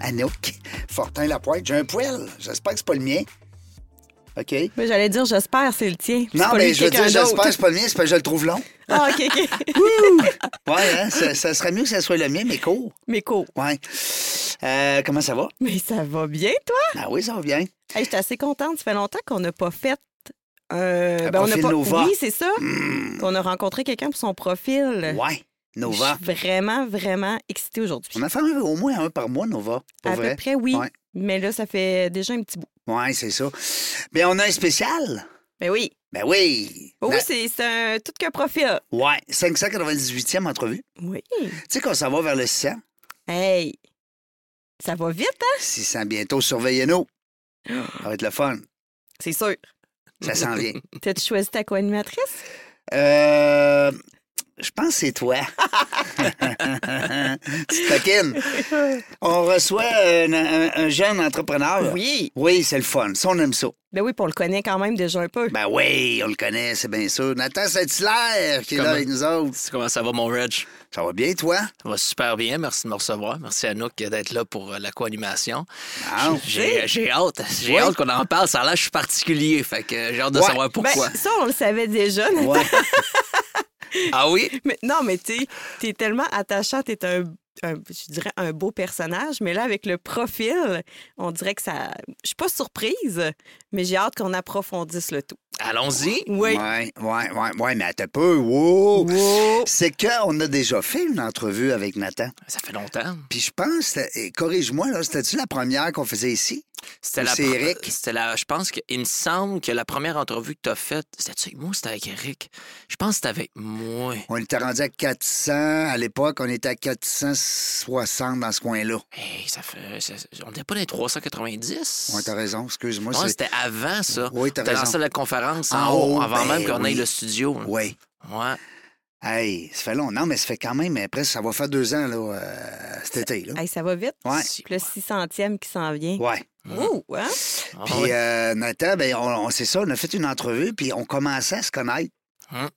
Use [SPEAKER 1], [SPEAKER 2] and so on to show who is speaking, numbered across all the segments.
[SPEAKER 1] Anouk, Fortin Lapointe, j'ai un poêle. J'espère que c'est pas le mien. OK?
[SPEAKER 2] Mais Ben, j'allais dire, j'espère, c'est le tien. C'est
[SPEAKER 1] Non,
[SPEAKER 2] pas
[SPEAKER 1] mais
[SPEAKER 2] lui,
[SPEAKER 1] je veux dire,
[SPEAKER 2] quelqu'un
[SPEAKER 1] j'espère que
[SPEAKER 2] d'autre.
[SPEAKER 1] c'est pas le mien, c'est parce que je le trouve long.
[SPEAKER 2] Ah, OK, OK.
[SPEAKER 1] Ouais, hein, ça, ça serait mieux que ça soit le mien, mais court.
[SPEAKER 2] Mais cool.
[SPEAKER 1] Ouais. Euh, comment ça va?
[SPEAKER 2] Mais ça va bien, toi?
[SPEAKER 1] Ah oui, ça va bien.
[SPEAKER 2] Hey, je suis assez contente. Ça fait longtemps qu'on n'a pas fait. euh,
[SPEAKER 1] Un
[SPEAKER 2] ben, on n'a
[SPEAKER 1] profil
[SPEAKER 2] pas...
[SPEAKER 1] Nova.
[SPEAKER 2] Oui, c'est ça.
[SPEAKER 1] Hmm,
[SPEAKER 2] Qu'on a rencontré quelqu'un pour son profil.
[SPEAKER 1] ouais, Nova.
[SPEAKER 2] Je suis vraiment, vraiment excitée aujourd'hui.
[SPEAKER 1] On a fait un- au moins un par mois, Nova. Pas
[SPEAKER 2] À
[SPEAKER 1] vrai?
[SPEAKER 2] peu près, oui.
[SPEAKER 1] Ouais.
[SPEAKER 2] Mais là, ça fait déjà un petit bout.
[SPEAKER 1] Ouais, c'est ça. Mais on a un spécial.
[SPEAKER 2] Mais oui.
[SPEAKER 1] Ben oui.
[SPEAKER 2] Oh, oui,
[SPEAKER 1] Ben,
[SPEAKER 2] c'est c'est un tout qu'un profil.
[SPEAKER 1] ouais, 598e entrevue.
[SPEAKER 2] Oui.
[SPEAKER 1] Tu sais qu'on s'en va vers le 600.
[SPEAKER 2] Hey. Ça va vite, hein?
[SPEAKER 1] 600 bientôt, surveillez-nous. Ça va être le fun.
[SPEAKER 2] C'est sûr.
[SPEAKER 1] Ça s'en vient.
[SPEAKER 2] T'as-tu choisi ta co-animatrice?
[SPEAKER 1] Euh, je pense que c'est toi. tu te taquines. On reçoit un, un- un jeune entrepreneur.
[SPEAKER 2] Oui.
[SPEAKER 1] Oui, c'est le fun. Ça, on aime ça.
[SPEAKER 2] Ben oui, puis on le connaît quand même déjà un peu.
[SPEAKER 1] Ben oui, on le connaît, c'est bien sûr. Nathan Saint-Hilaire qui est là
[SPEAKER 3] Comment?
[SPEAKER 1] avec nous autres.
[SPEAKER 3] Comment ça va, mon Reg?
[SPEAKER 1] Ça va bien, toi?
[SPEAKER 3] Ça va super bien. Merci de me recevoir. Merci à Nook d'être là pour euh, la co-animation.
[SPEAKER 1] Non.
[SPEAKER 3] J'ai euh, j'ai hâte. J'ai hâte qu'on en parle. Ça a l'air que je suis particulier. Fait que euh, j'ai hâte de
[SPEAKER 1] Ouais.
[SPEAKER 3] savoir pourquoi.
[SPEAKER 2] Ben, ça, on le savait déjà. Nathan.
[SPEAKER 1] Ouais. Ben,
[SPEAKER 3] Ah oui?
[SPEAKER 2] Mais, non, mais tu sais, t'es tellement attachant, t'es un, un- je dirais, un beau personnage. Mais là, avec le profil, on dirait que ça... Je suis pas surprise, mais j'ai hâte qu'on approfondisse le tout.
[SPEAKER 3] Allons-y.
[SPEAKER 2] Oui.
[SPEAKER 1] Ouais, ouais, ouais, ouais, mais attends un peu. Wow!
[SPEAKER 2] Wow.
[SPEAKER 1] C'est qu'on a déjà fait une entrevue avec Nathan.
[SPEAKER 3] Ça fait longtemps.
[SPEAKER 1] Puis je pense, et corrige-moi, là, c'était-tu la première qu'on faisait ici?
[SPEAKER 3] C'était
[SPEAKER 1] Ou
[SPEAKER 3] la.
[SPEAKER 1] c'est
[SPEAKER 3] pre-
[SPEAKER 1] Eric?
[SPEAKER 3] C'était la. Je pense que. Il me semble que la première entrevue que t'as faite, c'était avec moi ou c'était avec Eric? Je pense que c'était avec moi.
[SPEAKER 1] On était rendu à 400. À l'époque, on était à 460 dans ce coin-là.
[SPEAKER 3] Hey, ça fait. ça- On n'était pas dans les 390.
[SPEAKER 1] Ouais, t'as raison, excuse-moi.
[SPEAKER 3] Ouais,
[SPEAKER 1] c'est-
[SPEAKER 3] c'était avant ça.
[SPEAKER 1] Oui, t'as
[SPEAKER 3] T'as
[SPEAKER 1] raison.
[SPEAKER 3] lancé la conférence
[SPEAKER 1] Ah,
[SPEAKER 3] en haut,
[SPEAKER 1] oh,
[SPEAKER 3] avant
[SPEAKER 1] ben
[SPEAKER 3] même qu'on
[SPEAKER 1] oui.
[SPEAKER 3] ait le studio. là.
[SPEAKER 1] Oui.
[SPEAKER 3] Ouais.
[SPEAKER 1] Hey, ça fait long. Non, mais ça fait quand même, mais presque, ça va faire deux ans, là, euh, cet été, là.
[SPEAKER 2] Hey, ça va vite.
[SPEAKER 1] Ouais.
[SPEAKER 3] Si-
[SPEAKER 2] Puis le 600e qui s'en vient.
[SPEAKER 1] Ouais.
[SPEAKER 2] Ouh, hein?
[SPEAKER 3] Ah
[SPEAKER 1] Puis
[SPEAKER 3] ouais.
[SPEAKER 1] euh, Nathan, ben, on, on- c'est ça, on a fait une entrevue, puis on commençait à se connaître.
[SPEAKER 3] Hum.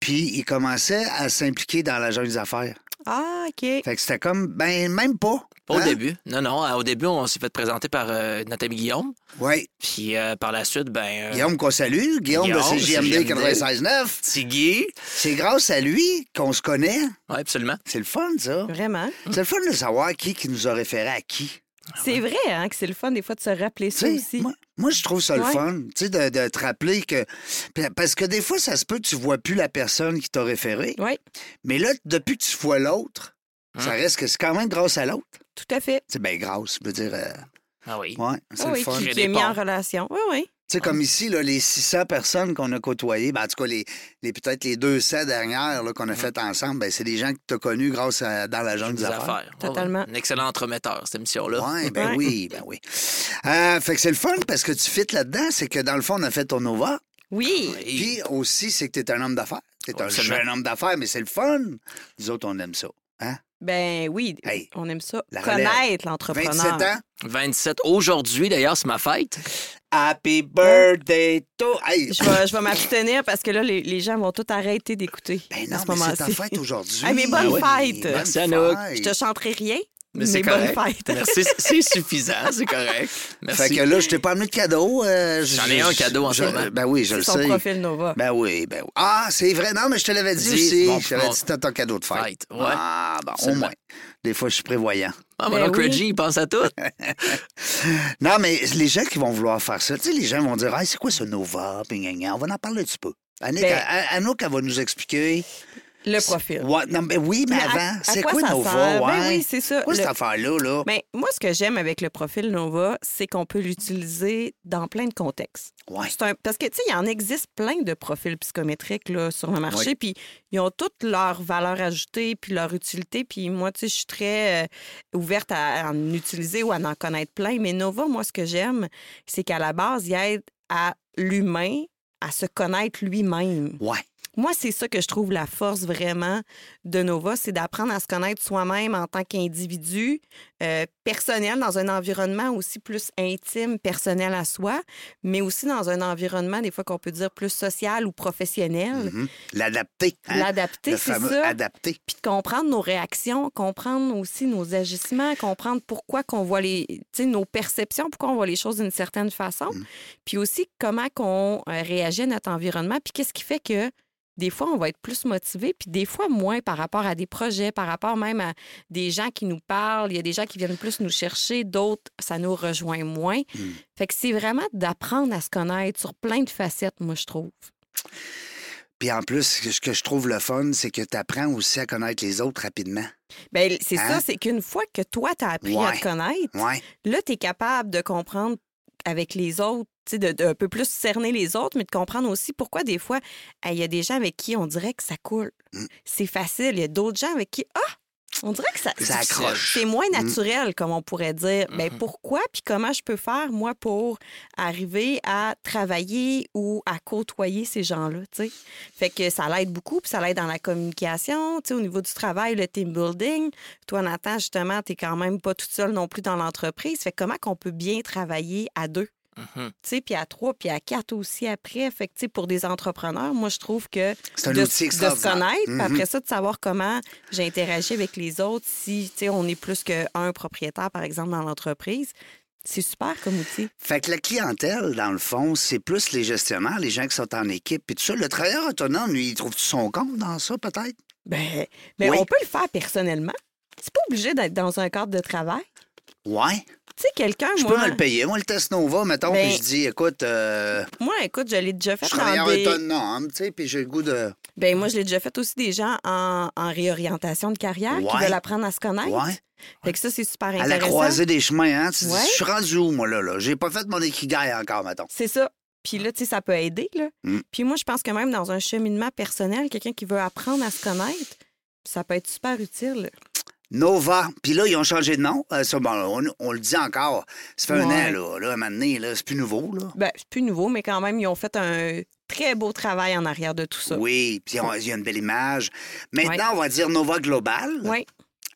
[SPEAKER 1] Puis il commençait à s'impliquer dans la jungle des affaires.
[SPEAKER 2] Ah, OK.
[SPEAKER 1] Fait que c'était comme, ben, même pas.
[SPEAKER 3] Pas au
[SPEAKER 1] hein?
[SPEAKER 3] début. Non, non. euh, Au début, on s'est fait présenter par euh, notre ami Guillaume.
[SPEAKER 1] Oui.
[SPEAKER 3] Puis euh, par la suite, ben. euh,
[SPEAKER 1] Guillaume qu'on salue, Guillaume,
[SPEAKER 3] Guillaume,
[SPEAKER 1] de CJMD
[SPEAKER 3] CJMD.
[SPEAKER 1] 96.9.
[SPEAKER 3] Petit Guy.
[SPEAKER 1] C'est grâce à lui qu'on se connaît.
[SPEAKER 3] Oui, absolument.
[SPEAKER 1] C'est le fun, ça.
[SPEAKER 2] Vraiment.
[SPEAKER 1] C'est le fun de savoir qui, qui nous a référé à qui.
[SPEAKER 2] C'est vrai hein, que c'est le fun des fois de se rappeler ça
[SPEAKER 1] Ah Tu
[SPEAKER 2] aussi.
[SPEAKER 1] sais, moi, moi, je trouve ça le
[SPEAKER 2] Ouais.
[SPEAKER 1] fun, tu sais, de, de te rappeler que... Parce que des fois, ça se peut, tu vois plus la personne qui t'a référé,
[SPEAKER 2] Oui,
[SPEAKER 1] mais là, depuis que tu vois l'autre, ça
[SPEAKER 2] Hein?
[SPEAKER 3] Hum.
[SPEAKER 1] reste que c'est quand même grâce à l'autre.
[SPEAKER 2] tout à fait.
[SPEAKER 1] C'est bien grâce, je veux dire... euh,
[SPEAKER 3] Ah oui.
[SPEAKER 1] ouais, c'est
[SPEAKER 2] Ah
[SPEAKER 1] le
[SPEAKER 2] oui,
[SPEAKER 1] fun.
[SPEAKER 2] qui,
[SPEAKER 1] Tu
[SPEAKER 2] qui est
[SPEAKER 3] Créer des
[SPEAKER 2] mis en
[SPEAKER 3] ponts.
[SPEAKER 2] relation. Oui, oui.
[SPEAKER 1] sais, comme ici, là, les 600 personnes qu'on a côtoyées, ben, en tout cas, les, les- peut-être les 200 dernières là, qu'on
[SPEAKER 2] Mmh.
[SPEAKER 1] a faites ensemble, ben, c'est des gens que tu as connus grâce à, dans la jungle des
[SPEAKER 3] Des
[SPEAKER 1] affaires.
[SPEAKER 3] affaires. Ouais,
[SPEAKER 2] Totalement.
[SPEAKER 3] ouais. Un excellent entremetteur, cette émission-là.
[SPEAKER 1] Ouais, ben
[SPEAKER 2] Ouais.
[SPEAKER 1] oui, ben oui. Euh, fait que c'est le fun parce que tu fites là-dedans, c'est que dans le fond, on a fait ton Nova. Ah
[SPEAKER 2] Oui.
[SPEAKER 3] Et-
[SPEAKER 1] Puis aussi, c'est que tu es un homme d'affaires. T'es un
[SPEAKER 3] Absolument.
[SPEAKER 1] jeune homme d'affaires, mais c'est le fun. Nous autres, on aime ça.
[SPEAKER 2] Ben oui,
[SPEAKER 1] Hey,
[SPEAKER 2] on aime ça.
[SPEAKER 1] la relève.
[SPEAKER 2] Connaître
[SPEAKER 1] 27
[SPEAKER 2] l'entrepreneur.
[SPEAKER 1] ans.
[SPEAKER 3] 27. Aujourd'hui, d'ailleurs, c'est ma fête.
[SPEAKER 1] Happy birthday to. Hey!
[SPEAKER 2] Je vais, je vais m'abstenir parce que là, les, les gens vont tout arrêter d'écouter
[SPEAKER 1] Ben
[SPEAKER 2] à
[SPEAKER 1] non,
[SPEAKER 2] ce
[SPEAKER 1] mais c'est ta
[SPEAKER 2] moment-ci.
[SPEAKER 1] fête aujourd'hui.
[SPEAKER 2] Hey, mais bonne
[SPEAKER 1] Ah oui,
[SPEAKER 2] fête.
[SPEAKER 1] bonne
[SPEAKER 3] Merci, Anouk.
[SPEAKER 1] fête.
[SPEAKER 2] Je te chanterai rien, mais,
[SPEAKER 3] Mais c'est
[SPEAKER 2] bonne
[SPEAKER 3] correct.
[SPEAKER 2] fête.
[SPEAKER 3] Merci. C'est suffisant. C'est correct. Merci.
[SPEAKER 1] Fait que là, je t'ai pas amené de cadeau. euh,
[SPEAKER 3] J'en ai
[SPEAKER 1] je-
[SPEAKER 3] un cadeau en
[SPEAKER 1] je-
[SPEAKER 3] ce moment.
[SPEAKER 1] Ben oui, je
[SPEAKER 2] C'est
[SPEAKER 1] le
[SPEAKER 2] son
[SPEAKER 1] sais.
[SPEAKER 2] profil Nova.
[SPEAKER 1] Ben oui, ben oui. Ah, c'est vrai. Non, mais je te l'avais dit
[SPEAKER 3] Dis,
[SPEAKER 1] aussi.
[SPEAKER 3] mon-
[SPEAKER 1] je t'avais
[SPEAKER 3] mon-
[SPEAKER 1] dit, t'as ton cadeau de fête.
[SPEAKER 3] Fête, ouais.
[SPEAKER 1] Ah, bon, au
[SPEAKER 3] Absolument.
[SPEAKER 1] moins. Des fois, je suis prévoyant.
[SPEAKER 3] Ah, mon
[SPEAKER 2] Ben
[SPEAKER 3] oncle
[SPEAKER 2] oui.
[SPEAKER 3] Reggie, il pense à tout.
[SPEAKER 1] Non, mais les gens qui vont vouloir faire ça, tu sais, les gens vont dire, hey, c'est quoi ce Nova? Puis gna, gna. On va en parler un petit peu. Annick,
[SPEAKER 2] Ben-
[SPEAKER 1] A- A- Anouk, elle va nous expliquer
[SPEAKER 2] Le profil.
[SPEAKER 1] Ouais, non, mais oui, mais,
[SPEAKER 2] Mais à-
[SPEAKER 1] avant,
[SPEAKER 2] à
[SPEAKER 1] c'est
[SPEAKER 2] quoi
[SPEAKER 1] quoi,
[SPEAKER 2] ça
[SPEAKER 1] Nova?
[SPEAKER 2] sert?
[SPEAKER 1] Ouais.
[SPEAKER 2] Ben oui, c'est ça.
[SPEAKER 1] quoi
[SPEAKER 2] Le-
[SPEAKER 1] cette affaire-là? Là?
[SPEAKER 2] Mais moi, ce que j'aime avec le profil Nova, c'est qu'on peut l'utiliser dans plein de contextes.
[SPEAKER 1] Ouais.
[SPEAKER 2] C'est un- Parce que, tu sais, il en existe plein de profils psychométriques là, sur le marché, puis ils ont toutes leur valeur ajoutée, puis leur utilité. Puis moi, tu sais, je suis très euh, ouverte à, à en utiliser ou à en connaître plein. Mais Nova, moi, ce que j'aime, c'est qu'à la base, il aide à l'humain à se connaître lui-même.
[SPEAKER 1] Ouais.
[SPEAKER 2] Moi, c'est ça que je trouve la force vraiment de Nova, c'est d'apprendre à se connaître soi-même en tant qu'individu euh, personnel dans un environnement aussi plus intime, personnel à soi, mais aussi dans un environnement, des fois qu'on peut dire plus social ou professionnel.
[SPEAKER 1] Mhm. L'adapter. hein?
[SPEAKER 2] Mm. L'adapter,
[SPEAKER 1] Le
[SPEAKER 2] c'est
[SPEAKER 1] fameux
[SPEAKER 2] ça.
[SPEAKER 1] adapter.
[SPEAKER 2] Puis de comprendre nos réactions, comprendre aussi nos agissements, comprendre pourquoi qu'on voit les, tu sais, nos perceptions, pourquoi on voit les choses d'une certaine façon,
[SPEAKER 1] Mm.
[SPEAKER 2] puis aussi comment qu'on euh, réagit à notre environnement, puis qu'est-ce qui fait que des fois on va être plus motivé, puis des fois moins par rapport à des projets, par rapport même à des gens qui nous parlent, il y a des gens qui viennent plus nous chercher, d'autres ça nous rejoint moins.
[SPEAKER 1] Mm.
[SPEAKER 2] Fait que c'est vraiment d'apprendre à se connaître sur plein de facettes, moi je trouve.
[SPEAKER 1] Puis en plus, ce que je trouve le fun, c'est que tu apprends aussi à connaître les autres rapidement.
[SPEAKER 2] Ben c'est
[SPEAKER 1] Hein?
[SPEAKER 2] ça, c'est qu'une fois que toi t'as appris à
[SPEAKER 1] Ouais.
[SPEAKER 2] te connaître.
[SPEAKER 1] Ouais.
[SPEAKER 2] là, tu es capable de comprendre avec les autres, tu sais, de, de un peu plus cerner les autres, mais de comprendre aussi pourquoi des fois, hey, il y a des gens avec qui on dirait que ça coule.
[SPEAKER 1] Mm.
[SPEAKER 2] C'est facile. Il y a d'autres gens avec qui, ah, on dirait que ça,
[SPEAKER 1] Ça accroche.
[SPEAKER 2] C'est moins
[SPEAKER 1] Mm.
[SPEAKER 2] naturel, comme on pourrait dire. Mais
[SPEAKER 3] Mhm.
[SPEAKER 2] pourquoi, puis comment je peux faire, moi, pour arriver à travailler ou à côtoyer ces gens-là, tu sais? Fait que ça l'aide beaucoup, puis ça l'aide dans la communication, tu sais, au niveau du travail, le team building. Toi, Nathan, justement, t'es quand même pas toute seule non plus dans l'entreprise. Fait que comment qu'on peut bien travailler à deux,
[SPEAKER 3] Mhm.
[SPEAKER 2] tu sais, puis à trois, puis à quatre aussi après. Fait que, tu sais, pour des entrepreneurs, moi, je trouve que
[SPEAKER 1] C'est un
[SPEAKER 2] de,
[SPEAKER 1] outil
[SPEAKER 2] de se
[SPEAKER 1] extraordinaire.
[SPEAKER 2] connaître, puis
[SPEAKER 1] Mhm.
[SPEAKER 2] après ça, de savoir comment j'interagis avec les autres si, tu sais, on est plus qu'un propriétaire, par exemple, dans l'entreprise. C'est super comme outil.
[SPEAKER 1] Fait que la clientèle, dans le fond, c'est plus les gestionnaires, les gens qui sont en équipe. Puis tout ça, le travailleur autonome, lui, il trouve son compte dans ça, peut-être?
[SPEAKER 2] Ben, mais
[SPEAKER 1] Oui.
[SPEAKER 2] on peut le faire personnellement. C'est pas obligé d'être dans un cadre de travail.
[SPEAKER 1] Ouais.
[SPEAKER 2] Tu sais, quelqu'un,
[SPEAKER 1] Je peux
[SPEAKER 2] moi,
[SPEAKER 1] me le payer. Moi, le test Nova, mettons,
[SPEAKER 2] Ben-
[SPEAKER 1] puis je dis, écoute, euh,
[SPEAKER 2] moi, écoute, je l'ai déjà
[SPEAKER 1] je
[SPEAKER 2] fait
[SPEAKER 1] suis
[SPEAKER 2] dans
[SPEAKER 1] travailleur
[SPEAKER 2] des...
[SPEAKER 1] autonome, tu sais, puis j'ai le goût de.
[SPEAKER 2] Ben moi, je l'ai déjà fait aussi des gens en, en réorientation de carrière qui
[SPEAKER 1] Ouais.
[SPEAKER 2] veulent apprendre à se connaître.
[SPEAKER 1] Ouais.
[SPEAKER 2] Fait que ça, c'est super
[SPEAKER 1] À
[SPEAKER 2] intéressant.
[SPEAKER 1] la croisée des chemins, hein? Tu dis,
[SPEAKER 2] Ouais.
[SPEAKER 1] je suis rendu où, moi, là? là? J'ai pas fait mon ikigai encore, mettons.
[SPEAKER 2] C'est ça. Puis là, tu sais, ça peut aider. Là.
[SPEAKER 1] Mm.
[SPEAKER 2] Puis moi, je pense que même dans un cheminement personnel, quelqu'un qui veut apprendre à se connaître, ça peut être super utile.
[SPEAKER 1] Nova. Puis là, ils ont changé de nom. Euh, ça, bon, on, on le dit encore. Ça fait
[SPEAKER 2] Ouais.
[SPEAKER 1] un an, là. Là, à un moment donné, là, c'est plus nouveau, là.
[SPEAKER 2] Ben, c'est plus nouveau, mais quand même, ils ont fait un très beau travail en arrière de tout ça.
[SPEAKER 1] Oui, puis on- il y a une belle image. Maintenant, on va dire Nova Global.
[SPEAKER 2] Oui,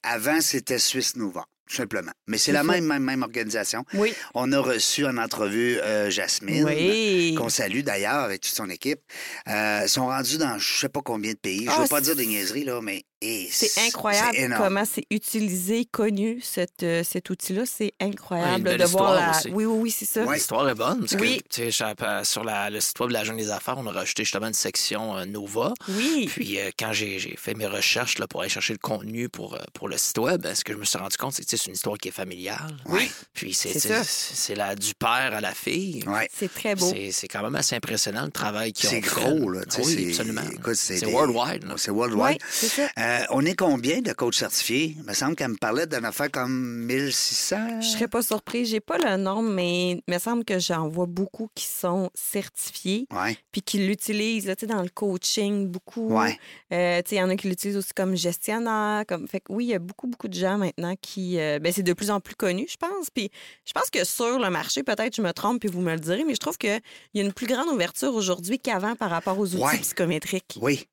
[SPEAKER 1] Avant, c'était Suisse Nova, tout simplement. Mais c'est la
[SPEAKER 2] Mhm.
[SPEAKER 1] même, même, même organisation.
[SPEAKER 2] oui,
[SPEAKER 1] On a reçu en entrevue euh, Jasmine.
[SPEAKER 2] oui.
[SPEAKER 1] Qu'on salue d'ailleurs avec toute son équipe. Euh, ils sont rendus dans je sais pas combien de pays. je
[SPEAKER 2] Ah,
[SPEAKER 1] veux pas
[SPEAKER 2] c'est-
[SPEAKER 1] dire des niaiseries, là, mais. hey,
[SPEAKER 2] C'est incroyable
[SPEAKER 1] énorme.
[SPEAKER 2] comment c'est utilisé, connu, cet, euh, cet outil-là. C'est
[SPEAKER 3] Ouais, une
[SPEAKER 2] incroyable
[SPEAKER 3] belle
[SPEAKER 2] de voir
[SPEAKER 3] histoire
[SPEAKER 2] la...
[SPEAKER 3] aussi.
[SPEAKER 2] Oui, oui, oui, c'est ça.
[SPEAKER 1] Ouais.
[SPEAKER 3] L'histoire est bonne. Parce
[SPEAKER 2] Oui.
[SPEAKER 3] que, tu sais, je- euh, sur la- le site web de la Jeune des Affaires, on a rajouté justement une section euh, Nova.
[SPEAKER 2] Oui.
[SPEAKER 3] Puis euh, quand j'ai j'ai fait mes recherches là, pour aller chercher le contenu pour, euh, pour le site web, euh, ce que je me suis rendu compte, c'est que tu sais, c'est une histoire qui est familiale.
[SPEAKER 1] Oui.
[SPEAKER 3] Puis c'est
[SPEAKER 2] C'est
[SPEAKER 3] tu
[SPEAKER 2] ça.
[SPEAKER 3] sais, c'est la du père à la fille.
[SPEAKER 1] Ouais.
[SPEAKER 2] C'est très beau.
[SPEAKER 3] C'est c'est quand même assez impressionnant le travail qu'ils ont
[SPEAKER 1] C'est
[SPEAKER 3] fait. Ah
[SPEAKER 1] gros, là. tu sais,
[SPEAKER 3] Oui,
[SPEAKER 1] c'est-
[SPEAKER 3] absolument.
[SPEAKER 1] écoute,
[SPEAKER 3] C'est
[SPEAKER 1] des-
[SPEAKER 3] worldwide. là.
[SPEAKER 1] C'est worldwide.
[SPEAKER 2] Oui, c'est ça.
[SPEAKER 1] Euh, on est combien de coachs certifiés? Il me semble qu'elle me parlait d'une affaire comme 1600.
[SPEAKER 2] Je serais pas surprise. J'ai pas le nombre, mais il me semble que j'en vois beaucoup qui sont certifiés
[SPEAKER 1] Ouais,
[SPEAKER 2] puis qui l'utilisent là, tu sais, dans le coaching beaucoup.
[SPEAKER 1] ouais.
[SPEAKER 2] Euh, tu sais, il y en a qui l'utilisent aussi comme gestionnaire. Comme... Fait que oui, il y a beaucoup, beaucoup de gens maintenant qui. euh, ben, c'est de plus en plus connu, je pense. Puis je pense que sur le marché, peut-être je me trompe puis vous me le direz, mais je trouve qu'il y a une plus grande ouverture aujourd'hui qu'avant par rapport aux outils
[SPEAKER 1] Ouais.
[SPEAKER 2] psychométriques.
[SPEAKER 1] Oui.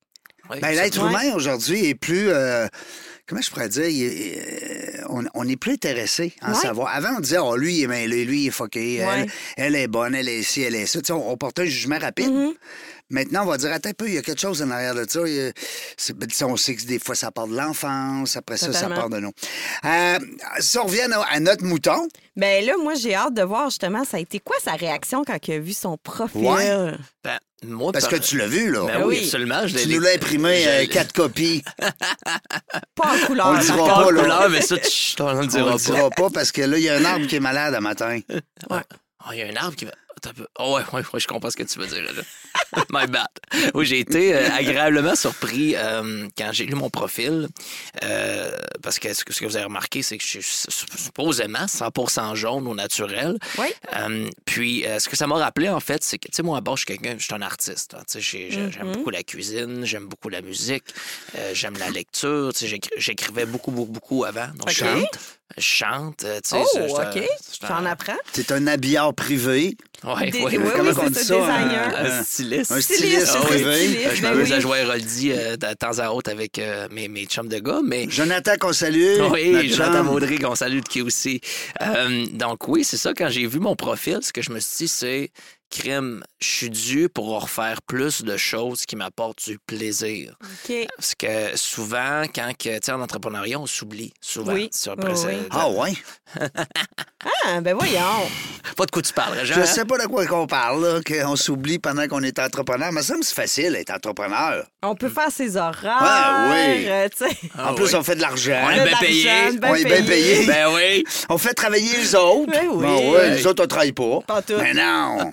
[SPEAKER 3] Oui,
[SPEAKER 1] Ben, l'être
[SPEAKER 3] absolument.
[SPEAKER 1] humain aujourd'hui est plus. euh, comment je pourrais dire? il est- euh, on, on est plus intéressé à en
[SPEAKER 2] Ouais.
[SPEAKER 1] savoir. Avant, on disait, oh, lui, il est mêlé, lui, il est fucké,
[SPEAKER 2] Ouais.
[SPEAKER 1] elle, elle est bonne, elle est ici, elle est ça. Tu sais, on, on portait un jugement rapide.
[SPEAKER 2] Mhm.
[SPEAKER 1] Maintenant, on va dire, attends un peu, il y a quelque chose en arrière de ça. Il y a- c'est- ben, tu sais, on sait que des fois, ça part de l'enfance, après ça, ça
[SPEAKER 2] Totalement.
[SPEAKER 1] part de nous. Euh, si on revient à, à notre mouton,
[SPEAKER 2] Ben là, moi, j'ai hâte de voir justement, ça a été quoi sa réaction quand il a vu son profil?
[SPEAKER 1] Ouais.
[SPEAKER 3] Ben, moi,
[SPEAKER 1] parce que
[SPEAKER 3] par-
[SPEAKER 1] tu l'as vu, là.
[SPEAKER 3] Ben
[SPEAKER 2] Ben
[SPEAKER 3] oui,
[SPEAKER 2] oui.
[SPEAKER 3] absolument. Je
[SPEAKER 1] Tu
[SPEAKER 3] l'ai-
[SPEAKER 1] nous l'as imprimé
[SPEAKER 3] je
[SPEAKER 1] euh,
[SPEAKER 3] l'ai-
[SPEAKER 1] quatre copies.
[SPEAKER 2] Pas en couleur. Ah,
[SPEAKER 1] On le dira
[SPEAKER 2] par
[SPEAKER 1] pas,
[SPEAKER 2] contre.
[SPEAKER 1] là.
[SPEAKER 3] couleur, mais ça, tu- on ne le
[SPEAKER 1] On le
[SPEAKER 3] dira pas.
[SPEAKER 1] dira pas parce que là, il y a un arbre qui est malade à matin.
[SPEAKER 3] Ah, Il y a un arbre qui va. Attends un peu. Oh, ouais, ouais, ouais, je comprends ce que tu veux dire. Là. My bad. Oui, j'ai été euh, agréablement surpris euh, quand j'ai lu mon profil. euh, parce que ce que ce que vous avez remarqué, c'est que je suis s- supposément 100 jaune au naturel.
[SPEAKER 2] Oui.
[SPEAKER 3] Euh, puis, euh, ce que ça m'a rappelé, en fait, c'est que, tu sais, moi, à bord, je suis quelqu'un, je suis un artiste. hein. Tu sais, j'ai- j'ai- j'aime
[SPEAKER 2] Mm-hmm.
[SPEAKER 3] beaucoup la cuisine, j'aime beaucoup la musique, euh, j'aime la lecture. Tu sais, j'écri- j'écrivais beaucoup, beaucoup, beaucoup avant. Donc, je
[SPEAKER 2] Ok.
[SPEAKER 3] chante. Je chante. euh, tu sais,
[SPEAKER 2] Oh,
[SPEAKER 3] je- je-
[SPEAKER 2] OK.
[SPEAKER 3] je-
[SPEAKER 2] J'en apprends.
[SPEAKER 1] T'es un habillard privé.
[SPEAKER 3] Ouais,
[SPEAKER 2] Des- oui,
[SPEAKER 3] ouais, ouais.
[SPEAKER 1] Comment
[SPEAKER 2] oui,
[SPEAKER 1] on dit
[SPEAKER 2] c'est
[SPEAKER 1] ça,
[SPEAKER 2] ça, designer.
[SPEAKER 1] un-
[SPEAKER 3] Un euh, styliste.
[SPEAKER 1] Un
[SPEAKER 2] Styliste,
[SPEAKER 1] styliste
[SPEAKER 3] Ah oui.
[SPEAKER 1] privé.
[SPEAKER 3] Euh, je
[SPEAKER 2] ben
[SPEAKER 3] m'amuse
[SPEAKER 2] oui.
[SPEAKER 3] à jouer à Roldi euh, de temps à autre avec euh, mes, mes chums de gars, mais.
[SPEAKER 1] Jonathan qu'on salue.
[SPEAKER 3] Oui,
[SPEAKER 1] notre
[SPEAKER 3] Jonathan
[SPEAKER 1] chum.
[SPEAKER 3] Baudry, qu'on salue de qui aussi. Euh, donc, oui, c'est ça. Quand j'ai vu mon profil, ce que je me suis dit, c'est crime, je suis dû pour refaire plus de choses qui m'apportent du plaisir.
[SPEAKER 2] OK.
[SPEAKER 3] Parce que souvent, quand, que, tu sais, en entrepreneuriat, on s'oublie. Souvent.
[SPEAKER 2] Oui.
[SPEAKER 3] Sur-
[SPEAKER 2] Oui, oui.
[SPEAKER 1] Ah ouais?
[SPEAKER 2] Ah, ben voyons.
[SPEAKER 3] Pas de quoi tu parles,
[SPEAKER 2] Hein?
[SPEAKER 3] Jean. hein?
[SPEAKER 1] Je sais pas de quoi qu'on parle, là, qu'on s'oublie pendant qu'on est entrepreneur. Mais ça me c'est facile d'être entrepreneur.
[SPEAKER 2] On peut faire ses
[SPEAKER 1] Ouais,
[SPEAKER 2] horaires.
[SPEAKER 1] Ah oui.
[SPEAKER 2] euh, tu sais.
[SPEAKER 3] Ah
[SPEAKER 1] en plus,
[SPEAKER 3] oui.
[SPEAKER 1] on fait de l'argent.
[SPEAKER 3] On est
[SPEAKER 2] de
[SPEAKER 3] bien
[SPEAKER 2] l'argent,
[SPEAKER 3] payé.
[SPEAKER 2] bien
[SPEAKER 1] On est bien
[SPEAKER 2] payé.
[SPEAKER 1] payé.
[SPEAKER 3] Ben oui.
[SPEAKER 1] On fait travailler les autres.
[SPEAKER 2] Ben oui.
[SPEAKER 1] Bon, ouais, les autres, on travaille pas.
[SPEAKER 2] Pas tout.
[SPEAKER 1] Mais non.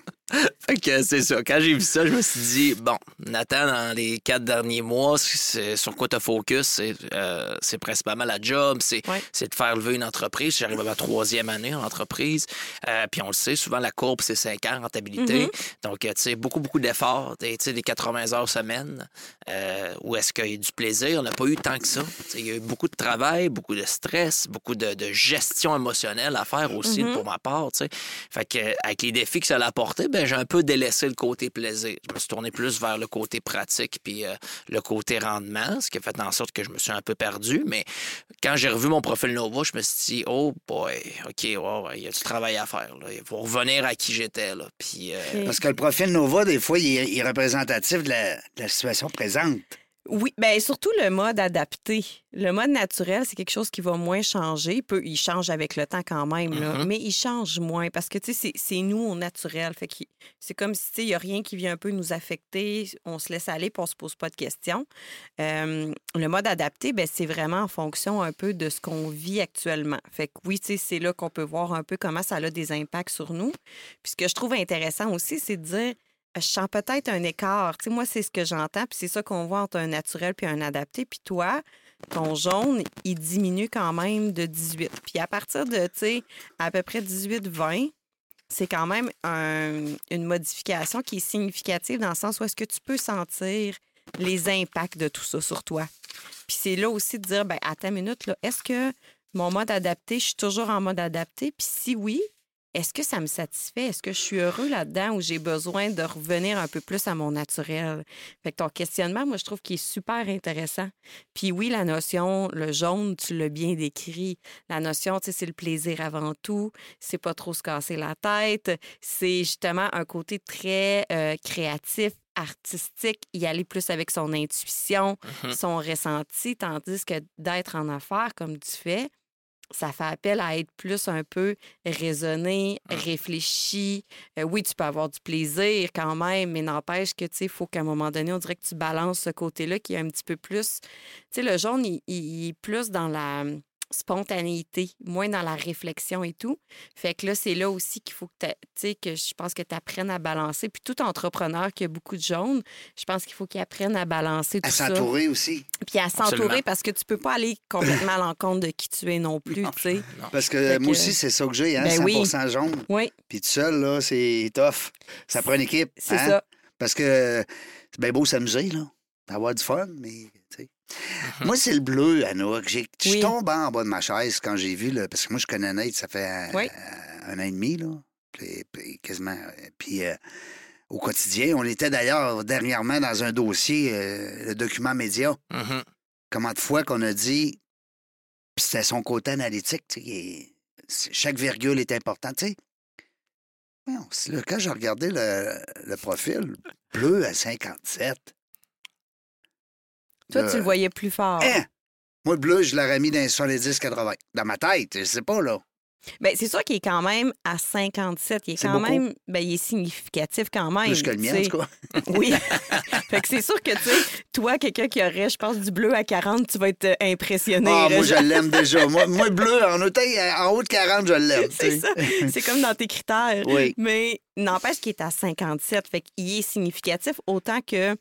[SPEAKER 3] Fait que c'est ça. Quand j'ai vu ça, je me suis dit, bon, Nathan, dans les quatre derniers mois, c'est- sur quoi tu focus, c'est euh, c'est principalement la job, c'est
[SPEAKER 2] Ouais.
[SPEAKER 3] c'est de faire lever une entreprise. J'arrive à ma troisième année en entreprise. Euh, puis on le sait, souvent la courbe, c'est 5 ans rentabilité. Donc, euh, tu sais, beaucoup, beaucoup d'efforts, des, tu sais, des 80 heures semaine. Euh, où est-ce qu'il y a eu du plaisir? On n'a pas eu tant que ça. Tu sais, Il y a eu beaucoup de travail, beaucoup de stress, beaucoup de, de gestion émotionnelle à faire aussi pour ma part. tu sais. Fait que, euh, avec les défis que ça l'a apporté, ben, j'ai un peu délaissé le côté plaisir. Je me suis tourné plus vers le côté pratique puis euh, le côté rendement, ce qui a fait en sorte que je me suis un peu perdu. Mais quand j'ai revu mon profil Nova, je me suis dit, oh boy, OK, ouais, ouais, il y a du travail à faire. Là. Il faut revenir à qui j'étais. là. Puis, euh,
[SPEAKER 2] Ok.
[SPEAKER 1] Parce que le profil Nova, des fois, il est, il est représentatif de la, de la situation présente.
[SPEAKER 2] Oui, bien surtout le mode adapté. Le mode naturel, c'est quelque chose qui va moins changer. Il, peut- il change avec le temps quand même, là, mais il change moins parce que tu sais, c'est- c'est nous au naturel. Fait qu'il- c'est comme si tu sais, il n'y a rien qui vient un peu nous affecter. On se laisse aller, puis on se pose pas de questions. Euh, le mode adapté, ben c'est vraiment en fonction un peu de ce qu'on vit actuellement. Fait que oui, tu sais, c'est là qu'on peut voir un peu comment ça a des impacts sur nous. Puis ce que je trouve intéressant aussi, c'est de dire je sens peut-être un écart. Tu sais, moi, c'est ce que j'entends, puis c'est ça qu'on voit entre un naturel puis un adapté. Puis toi, ton jaune, il diminue quand même de 18. Puis à partir de, tu sais, à peu près 18-20, c'est quand même un- une modification qui est significative dans le sens où est-ce que tu peux sentir les impacts de tout ça sur toi. Puis c'est là aussi de dire, ben à ta minute, là, est-ce que mon mode adapté, je suis toujours en mode adapté? Puis si oui, est-ce que ça me satisfait? Est-ce que je suis heureux là-dedans ou j'ai besoin de revenir un peu plus à mon naturel? Fait que ton questionnement, moi, je trouve qu'il est super intéressant. Puis oui, la notion, le jaune, tu l'as bien décrit. La notion, tu sais, c'est le plaisir avant tout. C'est pas trop se casser la tête. C'est justement un côté très euh, créatif, artistique, y aller plus avec son intuition,
[SPEAKER 1] Mmh
[SPEAKER 3] Mhm.
[SPEAKER 2] son ressenti, tandis que d'être en affaires, comme tu fais, ça fait appel à être plus un peu raisonné,
[SPEAKER 1] Mmh.
[SPEAKER 2] réfléchi. Euh, oui, tu peux avoir du plaisir quand même, mais n'empêche que, tu sais, il faut qu'à un moment donné, on dirait que tu balances ce côté-là qui est un petit peu plus... Tu sais, le jaune, il, il- il est plus dans la hum, spontanéité, moins dans la réflexion et tout. Fait que là, c'est là aussi qu'il faut que t'a- tu sais, que je pense que tu apprennes à balancer. Puis tout entrepreneur qui a beaucoup de jaune, je pense qu'il faut qu'il apprenne à balancer tout
[SPEAKER 1] À
[SPEAKER 2] ça.
[SPEAKER 1] s'entourer aussi.
[SPEAKER 2] Puis à s'entourer
[SPEAKER 3] Absolument.
[SPEAKER 2] parce que tu peux pas aller complètement à l'encontre de qui tu es non plus, tu sais.
[SPEAKER 1] Parce que
[SPEAKER 2] Fait que-
[SPEAKER 1] moi aussi, c'est ça que j'ai, hein,
[SPEAKER 2] Ben oui.
[SPEAKER 1] 100 jaune.
[SPEAKER 2] Oui,
[SPEAKER 1] Puis tout seul, là, c'est tough. Ça prend une équipe.
[SPEAKER 2] c'est
[SPEAKER 1] hein?
[SPEAKER 2] ça.
[SPEAKER 1] Parce que c'est bien beau s'amuser, là. Avoir du fun, mais. tu sais. Moi, c'est le bleu, Anouk. J'ai- Je
[SPEAKER 2] Mm-hmm. Oui.
[SPEAKER 1] tombe en bas de ma chaise quand j'ai vu, là, parce que moi, je connais Nate, ça fait un,
[SPEAKER 2] Oui.
[SPEAKER 1] un an et demi, là. Puis- puis quasiment. Puis euh, au quotidien, on était d'ailleurs dernièrement dans un dossier, euh, le document média.
[SPEAKER 3] mhm.
[SPEAKER 1] Comment de fois qu'on a dit. Puis c'était son côté analytique, tu sais. et c'est- Chaque virgule est importante, tu sais. Non, c'est là, quand j'ai regardé le, le profil, bleu à 57.
[SPEAKER 2] Toi,
[SPEAKER 1] là,
[SPEAKER 2] tu le voyais plus fort.
[SPEAKER 1] hein, moi, le bleu, je l'aurais mis dans les 70-80. Dans ma tête, je sais pas, là.
[SPEAKER 2] Bien, Ben, c'est sûr qu'il est quand même à 57. Il est,
[SPEAKER 1] C'est
[SPEAKER 2] quand
[SPEAKER 1] beaucoup.
[SPEAKER 2] même. Bien, il est significatif quand même.
[SPEAKER 1] Plus que le mien,
[SPEAKER 2] tu
[SPEAKER 1] en
[SPEAKER 2] sais.
[SPEAKER 1] tout cas.
[SPEAKER 2] Oui. fait que c'est sûr que, tu sais, toi, quelqu'un qui aurait, je pense, du bleu à 40, tu vas être euh, impressionné.
[SPEAKER 1] Ah,
[SPEAKER 2] là,
[SPEAKER 1] moi, je
[SPEAKER 2] genre.
[SPEAKER 1] l'aime déjà. Moi, moi, bleu, en, autant, en haut de 40, je l'aime. tu sais.
[SPEAKER 2] C'est ça. C'est comme dans tes critères.
[SPEAKER 1] Oui.
[SPEAKER 2] Mais n'empêche qu'il est à 57. Fait qu'il est significatif autant que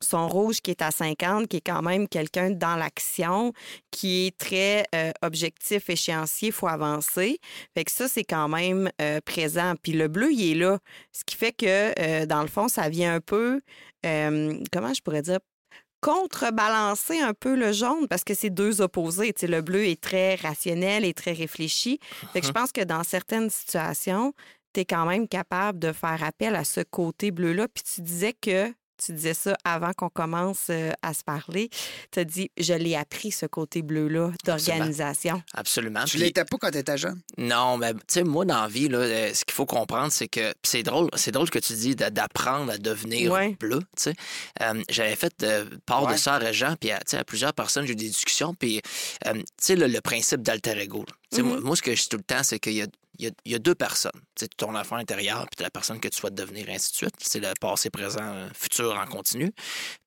[SPEAKER 2] son rouge qui est à 50, qui est quand même quelqu'un dans l'action, qui est très euh, objectif, échéancier, faut avancer. Fait que ça, c'est quand même euh, présent. Puis le bleu, il est là. Ce qui fait que, euh, dans le fond, ça vient un peu, euh, comment je pourrais dire, contrebalancer un peu le jaune parce que c'est deux opposés. Tu sais, le bleu est très rationnel et très réfléchi. Fait que je pense que dans certaines situations, tu es quand même capable de faire appel à ce côté bleu-là. Puis tu disais que, tu disais ça avant qu'on commence euh, à se parler, tu as dit, je l'ai appris ce côté bleu-là d'organisation.
[SPEAKER 3] Absolument.
[SPEAKER 1] Tu
[SPEAKER 3] Puis-
[SPEAKER 1] l'étais pas quand t'étais jeune?
[SPEAKER 3] Non, mais tu sais, moi, dans la vie, là, euh, ce qu'il faut comprendre, c'est que. puis c'est drôle, c'est drôle que tu dis de- d'apprendre à devenir
[SPEAKER 2] Ouais.
[SPEAKER 3] bleu, tu sais. Euh, J'avais fait euh, part
[SPEAKER 1] Ouais.
[SPEAKER 3] de ça à Régent, puis à, tu sais, à plusieurs personnes, j'ai eu des discussions, puis, euh, tu sais, le, le principe d'alter ego. là. Tu sais, moi, moi, ce que je dis tout le temps, c'est qu'il y a. Il y, a, il y a deux personnes. Tu sais, ton enfant intérieur, puis la personne que tu souhaites devenir, ainsi de suite. C'est le passé, présent, euh, futur en continu.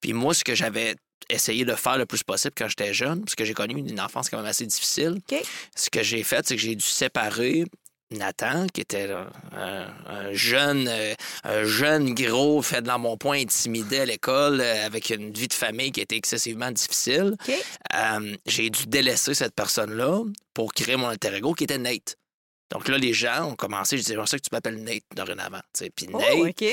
[SPEAKER 3] Puis moi, ce que j'avais essayé de faire le plus possible quand j'étais jeune, parce que j'ai connu une enfance quand même assez difficile,
[SPEAKER 2] OK.
[SPEAKER 3] ce que j'ai fait, c'est que j'ai dû séparer Nathan, qui était euh, un, un jeune, euh, un jeune gros fait dans mon point intimidé à l'école, euh, avec une vie de famille qui était excessivement difficile.
[SPEAKER 2] OK.
[SPEAKER 3] Euh, j'ai dû délaisser cette personne-là pour créer mon alter ego qui était Nate. Donc là, les gens ont commencé, je disais, c'est ça que tu m'appelles Nate dorénavant. tu sais. Puis
[SPEAKER 2] Oh,
[SPEAKER 3] Nate,
[SPEAKER 2] OK.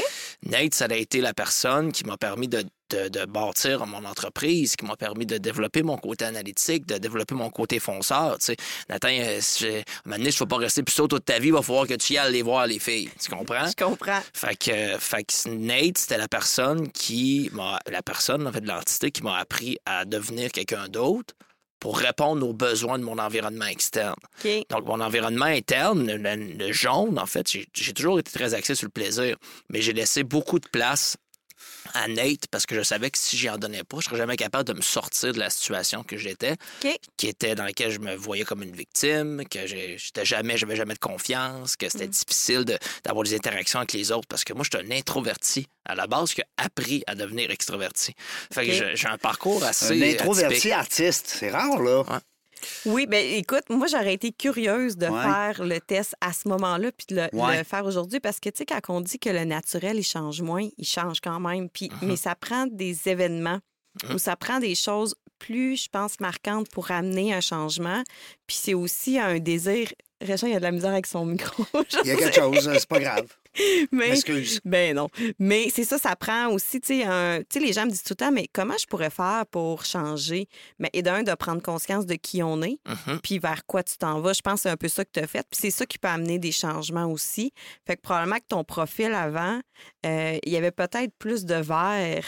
[SPEAKER 3] Nate, ça a été la personne qui m'a permis de, de- de bâtir mon entreprise, qui m'a permis de développer mon côté analytique, de développer mon côté fonceur. Tu sais, Nathan, euh, si- à un moment donné, tu ne vas pas rester plus tôt toute ta vie, il va falloir que tu y ailles les voir, les filles. Tu comprends?
[SPEAKER 2] Je comprends.
[SPEAKER 3] Fait que, fait que Nate, c'était la personne qui m'a. La personne, en fait, l'entité qui m'a appris à devenir quelqu'un d'autre pour répondre aux besoins de mon environnement externe.
[SPEAKER 2] OK.
[SPEAKER 3] Donc, mon environnement interne, le, le- le jaune, en fait, j'ai- j'ai toujours été très axé sur le plaisir, mais j'ai laissé beaucoup de place à Nate parce que je savais que si j'y en donnais pas, je serais jamais capable de me sortir de la situation que j'étais,
[SPEAKER 2] OK.
[SPEAKER 3] qui était dans laquelle je me voyais comme une victime, que j'ai- j'étais jamais, j'avais jamais de confiance, que
[SPEAKER 2] Mm.
[SPEAKER 3] c'était difficile de- d'avoir des interactions avec les autres parce que moi, je suis un introverti à la base qui a appris à devenir extroverti. Fait que
[SPEAKER 2] OK.
[SPEAKER 3] j'ai- j'ai un parcours assez
[SPEAKER 1] Un introverti
[SPEAKER 3] atypique.
[SPEAKER 1] artiste. C'est rare, là.
[SPEAKER 2] Oui, ben écoute, moi, j'aurais été curieuse de
[SPEAKER 1] Ouais.
[SPEAKER 2] faire le test à ce moment-là puis de le,
[SPEAKER 1] Ouais.
[SPEAKER 2] le faire aujourd'hui parce que, tu sais, quand on dit que le naturel, il change moins, il change quand même. Puis,
[SPEAKER 1] Ah
[SPEAKER 2] Mais ça prend des événements ou ça prend des choses plus, je pense, marquantes pour amener un changement. Puis c'est aussi un désir. Réchan, il y a de la misère avec son micro. je
[SPEAKER 1] Il y a
[SPEAKER 2] sais,
[SPEAKER 1] quelque chose, euh, c'est pas grave.
[SPEAKER 2] mais-
[SPEAKER 1] Excuse.
[SPEAKER 2] ben non. Mais c'est ça, ça prend aussi, tu sais, un- tu sais, les gens me disent tout le temps, mais comment je pourrais faire pour changer? Mais et d'un, de prendre conscience de qui on est,
[SPEAKER 3] Mhm.
[SPEAKER 2] puis vers quoi tu t'en vas. Je pense que c'est un peu ça que tu as fait. Puis c'est ça qui peut amener des changements aussi. Fait que probablement que ton profil avant, euh, il y avait peut-être plus de vert,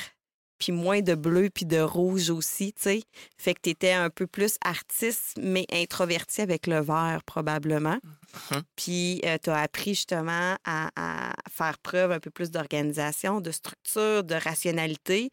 [SPEAKER 2] puis moins de bleu, puis de rouge aussi, tu sais. Fait que tu étais un peu plus artiste, mais introverti avec le vert, probablement. Puis tu as appris justement à, à faire preuve un peu plus d'organisation, de structure, de rationalité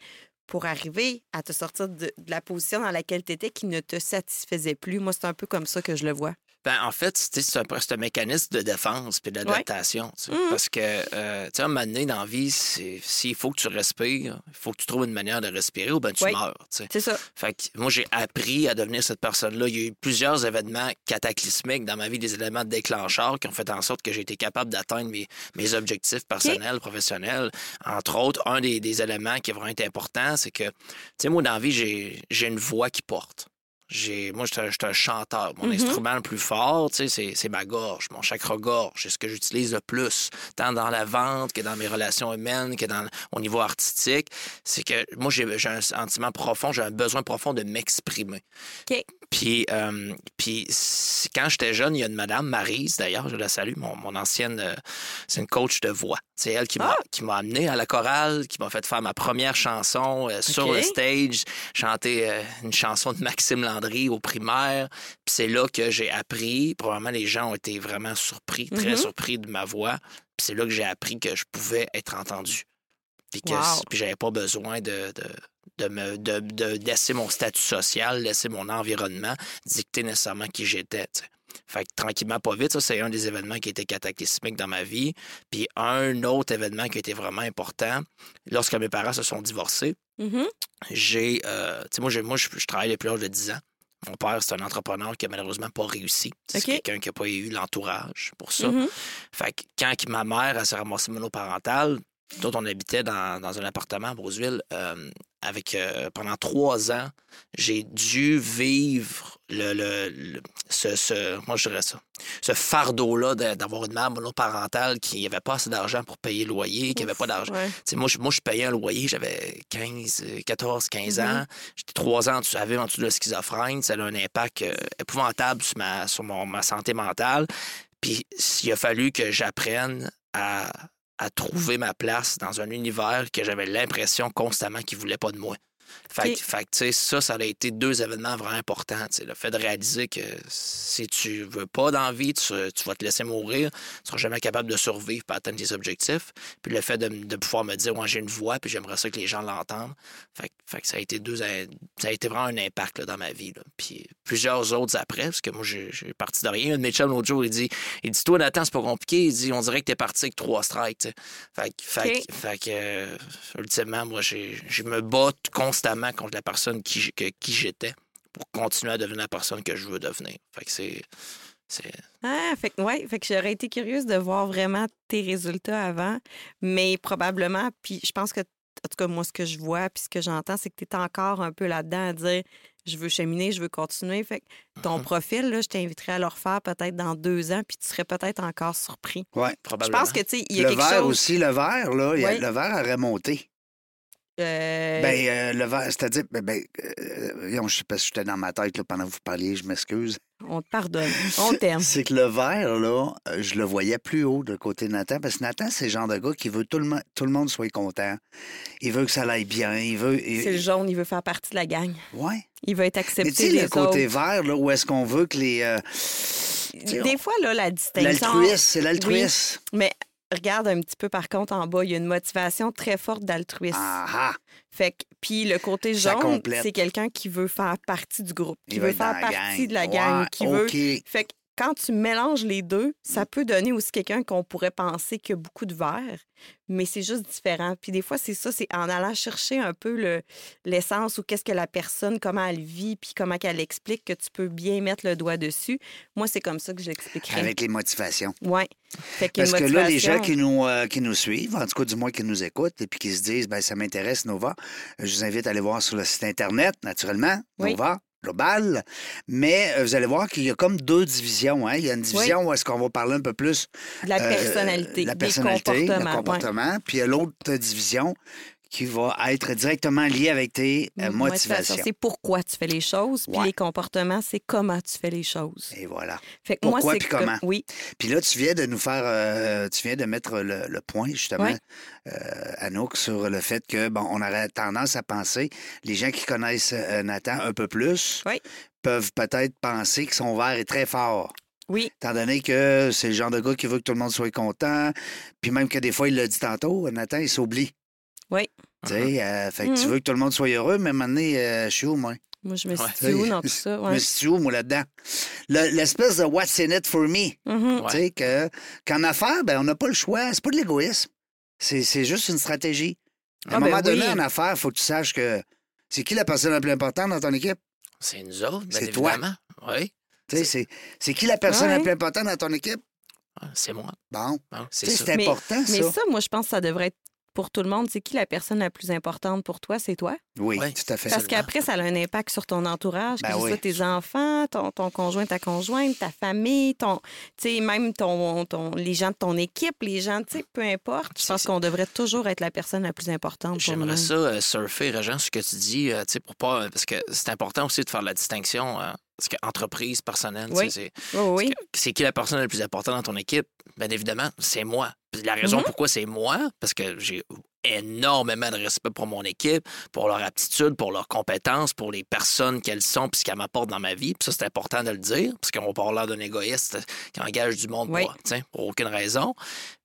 [SPEAKER 2] pour arriver à te sortir de, de la position dans laquelle tu étais qui ne te satisfaisait plus. Moi, c'est un peu comme ça que je le vois.
[SPEAKER 3] Ben, en fait, tu sais, c'est un, c'est un mécanisme de défense puis d'adaptation. tu sais.
[SPEAKER 2] Mhm.
[SPEAKER 3] Parce que, euh, tu sais, à un moment donné, dans la vie, c'est- s'il faut que tu respires, il faut que tu trouves une manière de respirer ou ben tu
[SPEAKER 2] Oui.
[SPEAKER 3] meurs. tu sais.
[SPEAKER 2] C'est ça.
[SPEAKER 3] Fait que moi, j'ai appris à devenir cette personne-là. Il y a eu plusieurs événements cataclysmiques dans ma vie, des éléments déclencheurs qui ont fait en sorte que j'ai été capable d'atteindre mes, mes objectifs personnels, professionnels. Entre autres, un des, des éléments qui a vraiment été important, c'est que, tu sais, moi, dans la vie, j'ai j'ai une voix qui porte. J'ai- Moi, je suis un- je suis un, chanteur. Mon
[SPEAKER 2] Mhm.
[SPEAKER 3] instrument le plus fort, tu sais, c'est c'est ma gorge, mon chakra-gorge. C'est ce que j'utilise le plus, tant dans la vente que dans mes relations humaines, que dans, au niveau artistique. C'est que moi, j'ai j'ai un sentiment profond, j'ai un besoin profond de m'exprimer.
[SPEAKER 2] OK.
[SPEAKER 3] Puis, euh, puis c- quand j'étais jeune, il y a une madame, Marise d'ailleurs, je la salue, mon, mon ancienne, euh, c'est une coach de voix. C'est elle qui
[SPEAKER 2] Ah!
[SPEAKER 3] m'a qui m'a amené à la chorale, qui m'a fait faire ma première chanson euh, sur
[SPEAKER 2] OK.
[SPEAKER 3] le stage, chanter euh, une chanson de Maxime Landry au primaire. Puis c'est là que j'ai appris, probablement les gens ont été vraiment surpris, très
[SPEAKER 2] Mhm.
[SPEAKER 3] surpris de ma voix. Puis c'est là que j'ai appris que je pouvais être entendu. Puis que
[SPEAKER 2] Wow.
[SPEAKER 3] puis j'avais pas besoin de, de, de me de, de laisser mon statut social, laisser mon environnement dicter nécessairement qui j'étais. tu sais. Fait que tranquillement, pas vite, ça, c'est un des événements qui a été cataclysmique dans ma vie. Puis un autre événement qui a été vraiment important, lorsque mes parents se sont divorcés,
[SPEAKER 2] Mhm.
[SPEAKER 3] j'ai. euh, tu sais, moi, j'ai- moi je, je travaille depuis l'âge de 10 ans. Mon père, c'est un entrepreneur qui a malheureusement pas réussi. C'est
[SPEAKER 2] OK.
[SPEAKER 3] quelqu'un qui n'a pas eu l'entourage pour ça.
[SPEAKER 2] Mhm.
[SPEAKER 3] Fait que quand que ma mère elle s'est ramassée monoparentale, d'autres on habitait dans, dans un appartement à Broseville, euh, avec euh, pendant trois ans, j'ai dû vivre le, le- le- ce, ce- moi je dirais ça, ce fardeau-là de- d'avoir une mère monoparentale qui n'avait pas assez d'argent pour payer le loyer, qui n'avait pas d'argent.
[SPEAKER 2] Ouais.
[SPEAKER 3] Tu sais, moi, je, moi, je payais un loyer, j'avais 15, euh, 14, 15
[SPEAKER 2] Mhm.
[SPEAKER 3] ans. J'étais trois ans en dessous, à vivre en dessous de la schizophrène. Ça a eu un impact euh, épouvantable sur, ma, sur mon, ma santé mentale. Puis il a fallu que j'apprenne à, à trouver ma place dans un univers que j'avais l'impression constamment qu'il voulait pas de moi. Fait,
[SPEAKER 2] Ok.
[SPEAKER 3] que- fait que, tu sais, ça, ça a été deux événements vraiment importants. tu sais. Le fait de réaliser que si tu veux pas d'envie, tu, tu vas te laisser mourir, tu seras jamais capable de survivre pour atteindre tes objectifs. Puis le fait de, m- de pouvoir me dire, ouais, j'ai une voix, puis j'aimerais ça que les gens l'entendent. Fait, que- fait que ça a été deux, in- ça a été vraiment un impact là, dans ma vie. là. Puis plusieurs autres après, parce que moi, j'ai j'ai parti de rien. Un de mes chums, l'autre jour, il dit, il dit, toi, Nathan, c'est pas compliqué. Il dit, on dirait que t'es parti avec trois strikes. tu sais. Fait, que- fait,
[SPEAKER 2] Ok.
[SPEAKER 3] que- fait que, euh, ultimement, moi, j'ai- je me bats constamment contre la personne qui, j- que- qui j'étais pour continuer à devenir la personne que je veux devenir. Fait que c'est. c'est-
[SPEAKER 2] Ah, fait que, ouais, fait que j'aurais été curieuse de voir vraiment tes résultats avant, mais probablement, puis je pense que, en tout cas, moi, ce que je vois, puis ce que j'entends, c'est que tu es encore un peu là-dedans à dire, je veux cheminer, je veux continuer. Fait que ton profil, là, je t'inviterais à le refaire peut-être dans deux ans, puis tu serais peut-être encore surpris.
[SPEAKER 1] Ouais.
[SPEAKER 2] Je
[SPEAKER 3] Probablement.
[SPEAKER 2] pense que, tu sais, il y a
[SPEAKER 1] Le
[SPEAKER 2] quelque
[SPEAKER 1] verre
[SPEAKER 2] chose...
[SPEAKER 1] aussi, le verre, là, il y a-
[SPEAKER 2] Oui.
[SPEAKER 1] le verre a remonté.
[SPEAKER 2] euh,
[SPEAKER 1] Ben, euh, le verre, c'est-à-dire, ben, ben, euh, voyons, je sais pas si j'étais dans ma tête là, pendant que vous parliez, je m'excuse.
[SPEAKER 2] On te pardonne. On t'aime.
[SPEAKER 1] C'est que le verre, là, euh, je le voyais plus haut de côté de Nathan, parce que Nathan, c'est le genre de gars qui veut tout le, mo- tout le monde soit content. Il veut que ça aille bien, il veut... il-
[SPEAKER 2] C'est le jaune, il veut faire partie de la gang.
[SPEAKER 1] Ouais.
[SPEAKER 2] Il va être
[SPEAKER 1] Mais tu
[SPEAKER 2] accepté
[SPEAKER 1] sais,
[SPEAKER 2] des
[SPEAKER 1] le côté vert, là, où est-ce qu'on veut que les... euh, tu sais,
[SPEAKER 2] Des fois, là, la distinction...
[SPEAKER 1] L'altruisme, c'est l'altruisme.
[SPEAKER 2] Mais regarde un petit peu par contre en bas, il y a une motivation très forte d'altruisme.
[SPEAKER 1] Ah ah!
[SPEAKER 2] Fait que puis le côté
[SPEAKER 1] Ça
[SPEAKER 2] jaune,
[SPEAKER 1] complète.
[SPEAKER 2] c'est quelqu'un qui veut faire partie du groupe, qui
[SPEAKER 1] Il va
[SPEAKER 2] veut
[SPEAKER 1] être dans
[SPEAKER 2] faire
[SPEAKER 1] la
[SPEAKER 2] partie
[SPEAKER 1] gang.
[SPEAKER 2] de la gang,
[SPEAKER 1] Ouais,
[SPEAKER 2] qui veut.
[SPEAKER 1] OK.
[SPEAKER 2] Fait que quand tu mélanges les deux, ça peut donner aussi quelqu'un qu'on pourrait penser qu'il y a beaucoup de verre, mais c'est juste différent. Puis des fois, c'est ça, c'est en allant chercher un peu le- l'essence ou qu'est-ce que la personne, comment elle vit, puis comment qu'elle explique que tu peux bien mettre le doigt dessus. Moi, c'est comme ça que je l'expliquerais.
[SPEAKER 1] Avec les motivations.
[SPEAKER 2] Ouais. Fait qu'il y a
[SPEAKER 1] Parce
[SPEAKER 2] une
[SPEAKER 1] que là, les gens
[SPEAKER 2] motivation.
[SPEAKER 1] qui nous, euh, qui nous suivent, en tout cas du moins qui nous écoutent, et puis qui se disent, ben ça m'intéresse, Nova, euh, je vous invite à aller voir sur le site Internet, naturellement,
[SPEAKER 2] Oui.
[SPEAKER 1] Nova. Global, mais euh, vous allez voir qu'il y a comme deux divisions. hein. Il y a une division où est-ce qu'on va parler un peu plus
[SPEAKER 2] De la
[SPEAKER 1] euh,
[SPEAKER 2] personnalité,
[SPEAKER 1] la
[SPEAKER 2] des
[SPEAKER 1] personnalité,
[SPEAKER 2] comportements, ouais.
[SPEAKER 1] le comportement, puis il y a l'autre division qui va être directement liée avec tes euh,
[SPEAKER 2] Mo-
[SPEAKER 1] motivations.
[SPEAKER 2] C'est pourquoi tu fais les choses, puis
[SPEAKER 1] Ouais.
[SPEAKER 2] les comportements, c'est comment tu fais les choses.
[SPEAKER 1] Et voilà.
[SPEAKER 2] Fait que
[SPEAKER 1] Pourquoi
[SPEAKER 2] moi, c'est
[SPEAKER 1] puis
[SPEAKER 2] que-
[SPEAKER 1] comment.
[SPEAKER 2] Oui,
[SPEAKER 1] Puis là, tu viens de nous faire, euh, tu viens de mettre le, le point justement,
[SPEAKER 2] Ouais.
[SPEAKER 1] euh, Anouk, sur le fait que bon, on aurait tendance à penser, les gens qui connaissent euh, Nathan un peu plus,
[SPEAKER 2] Ouais.
[SPEAKER 1] peuvent peut-être penser que son verre est très fort.
[SPEAKER 2] oui,
[SPEAKER 1] Étant donné que c'est le genre de gars qui veut que tout le monde soit content, puis même que des fois, il l'a dit tantôt, Nathan, il s'oublie.
[SPEAKER 2] Ouais.
[SPEAKER 1] Tu sais, euh, fait que tu
[SPEAKER 2] Mhm.
[SPEAKER 1] veux que tout le monde soit heureux, mais maintenant, euh, je suis où, moi?
[SPEAKER 2] moi, je me
[SPEAKER 3] Ouais.
[SPEAKER 2] situe où dans tout ça?
[SPEAKER 1] Je
[SPEAKER 2] Ouais.
[SPEAKER 1] me situe où, moi, là-dedans? Le- L'espèce de what's in it for me?
[SPEAKER 2] Mhm.
[SPEAKER 3] Ouais.
[SPEAKER 1] Tu sais, que, qu'en affaires, ben, on n'a pas le choix. C'est pas de l'égoïsme. C'est, c'est juste une stratégie. À
[SPEAKER 2] Ah,
[SPEAKER 1] un
[SPEAKER 2] ben
[SPEAKER 1] moment donné,
[SPEAKER 2] oui.
[SPEAKER 1] en affaires, il faut que tu saches que c'est qui la personne la plus importante dans ton équipe.
[SPEAKER 3] C'est nous autres, bien
[SPEAKER 1] C'est toi.
[SPEAKER 3] évidemment. Oui,
[SPEAKER 1] Tu sais, c'est, c'est qui la personne
[SPEAKER 2] Ouais.
[SPEAKER 1] la plus importante dans ton équipe?
[SPEAKER 3] Ouais, c'est moi.
[SPEAKER 1] Bon,
[SPEAKER 3] Hein,
[SPEAKER 1] tu
[SPEAKER 3] C'est
[SPEAKER 1] sais,
[SPEAKER 3] ça.
[SPEAKER 1] c'est
[SPEAKER 2] Mais-
[SPEAKER 1] important,
[SPEAKER 2] Mais
[SPEAKER 1] ça.
[SPEAKER 2] ça, moi, je pense que ça devrait être pour tout le monde. C'est qui la personne la plus importante pour toi? C'est toi.
[SPEAKER 1] Oui,
[SPEAKER 3] Ouais.
[SPEAKER 1] tout à fait.
[SPEAKER 2] Parce qu'après, ça a un impact sur ton entourage, que
[SPEAKER 1] Ben
[SPEAKER 2] ce soit
[SPEAKER 1] oui.
[SPEAKER 2] tes enfants, ton, ton conjoint, ta conjointe, ta famille, ton, tu sais, même ton, ton, les gens de ton équipe, les gens, tu sais, peu importe. Je
[SPEAKER 3] C'est-
[SPEAKER 2] pense qu'on devrait toujours être la personne la plus importante pour nous.
[SPEAKER 3] J'aimerais ça euh, surfer, Régent, ce que tu dis, euh, tu sais, pour pas. Parce que c'est important aussi de faire la distinction. euh, parce que entreprise, personnelle, tu sais,
[SPEAKER 2] Oui.
[SPEAKER 3] c'est-
[SPEAKER 2] Oh, oui,
[SPEAKER 3] c'est qui la personne la plus importante dans ton équipe? Bien évidemment, c'est moi. Puis la raison pourquoi c'est moi, parce que j'ai énormément de respect pour mon équipe, pour leur aptitude, pour leurs compétences, pour les personnes qu'elles sont, puis ce qu'elles m'apportent dans ma vie. Puis ça, c'est important de le dire, parce qu'on parle l'air d'un égoïste qui engage du monde
[SPEAKER 2] Oui.
[SPEAKER 3] pour, tiens, pour aucune raison.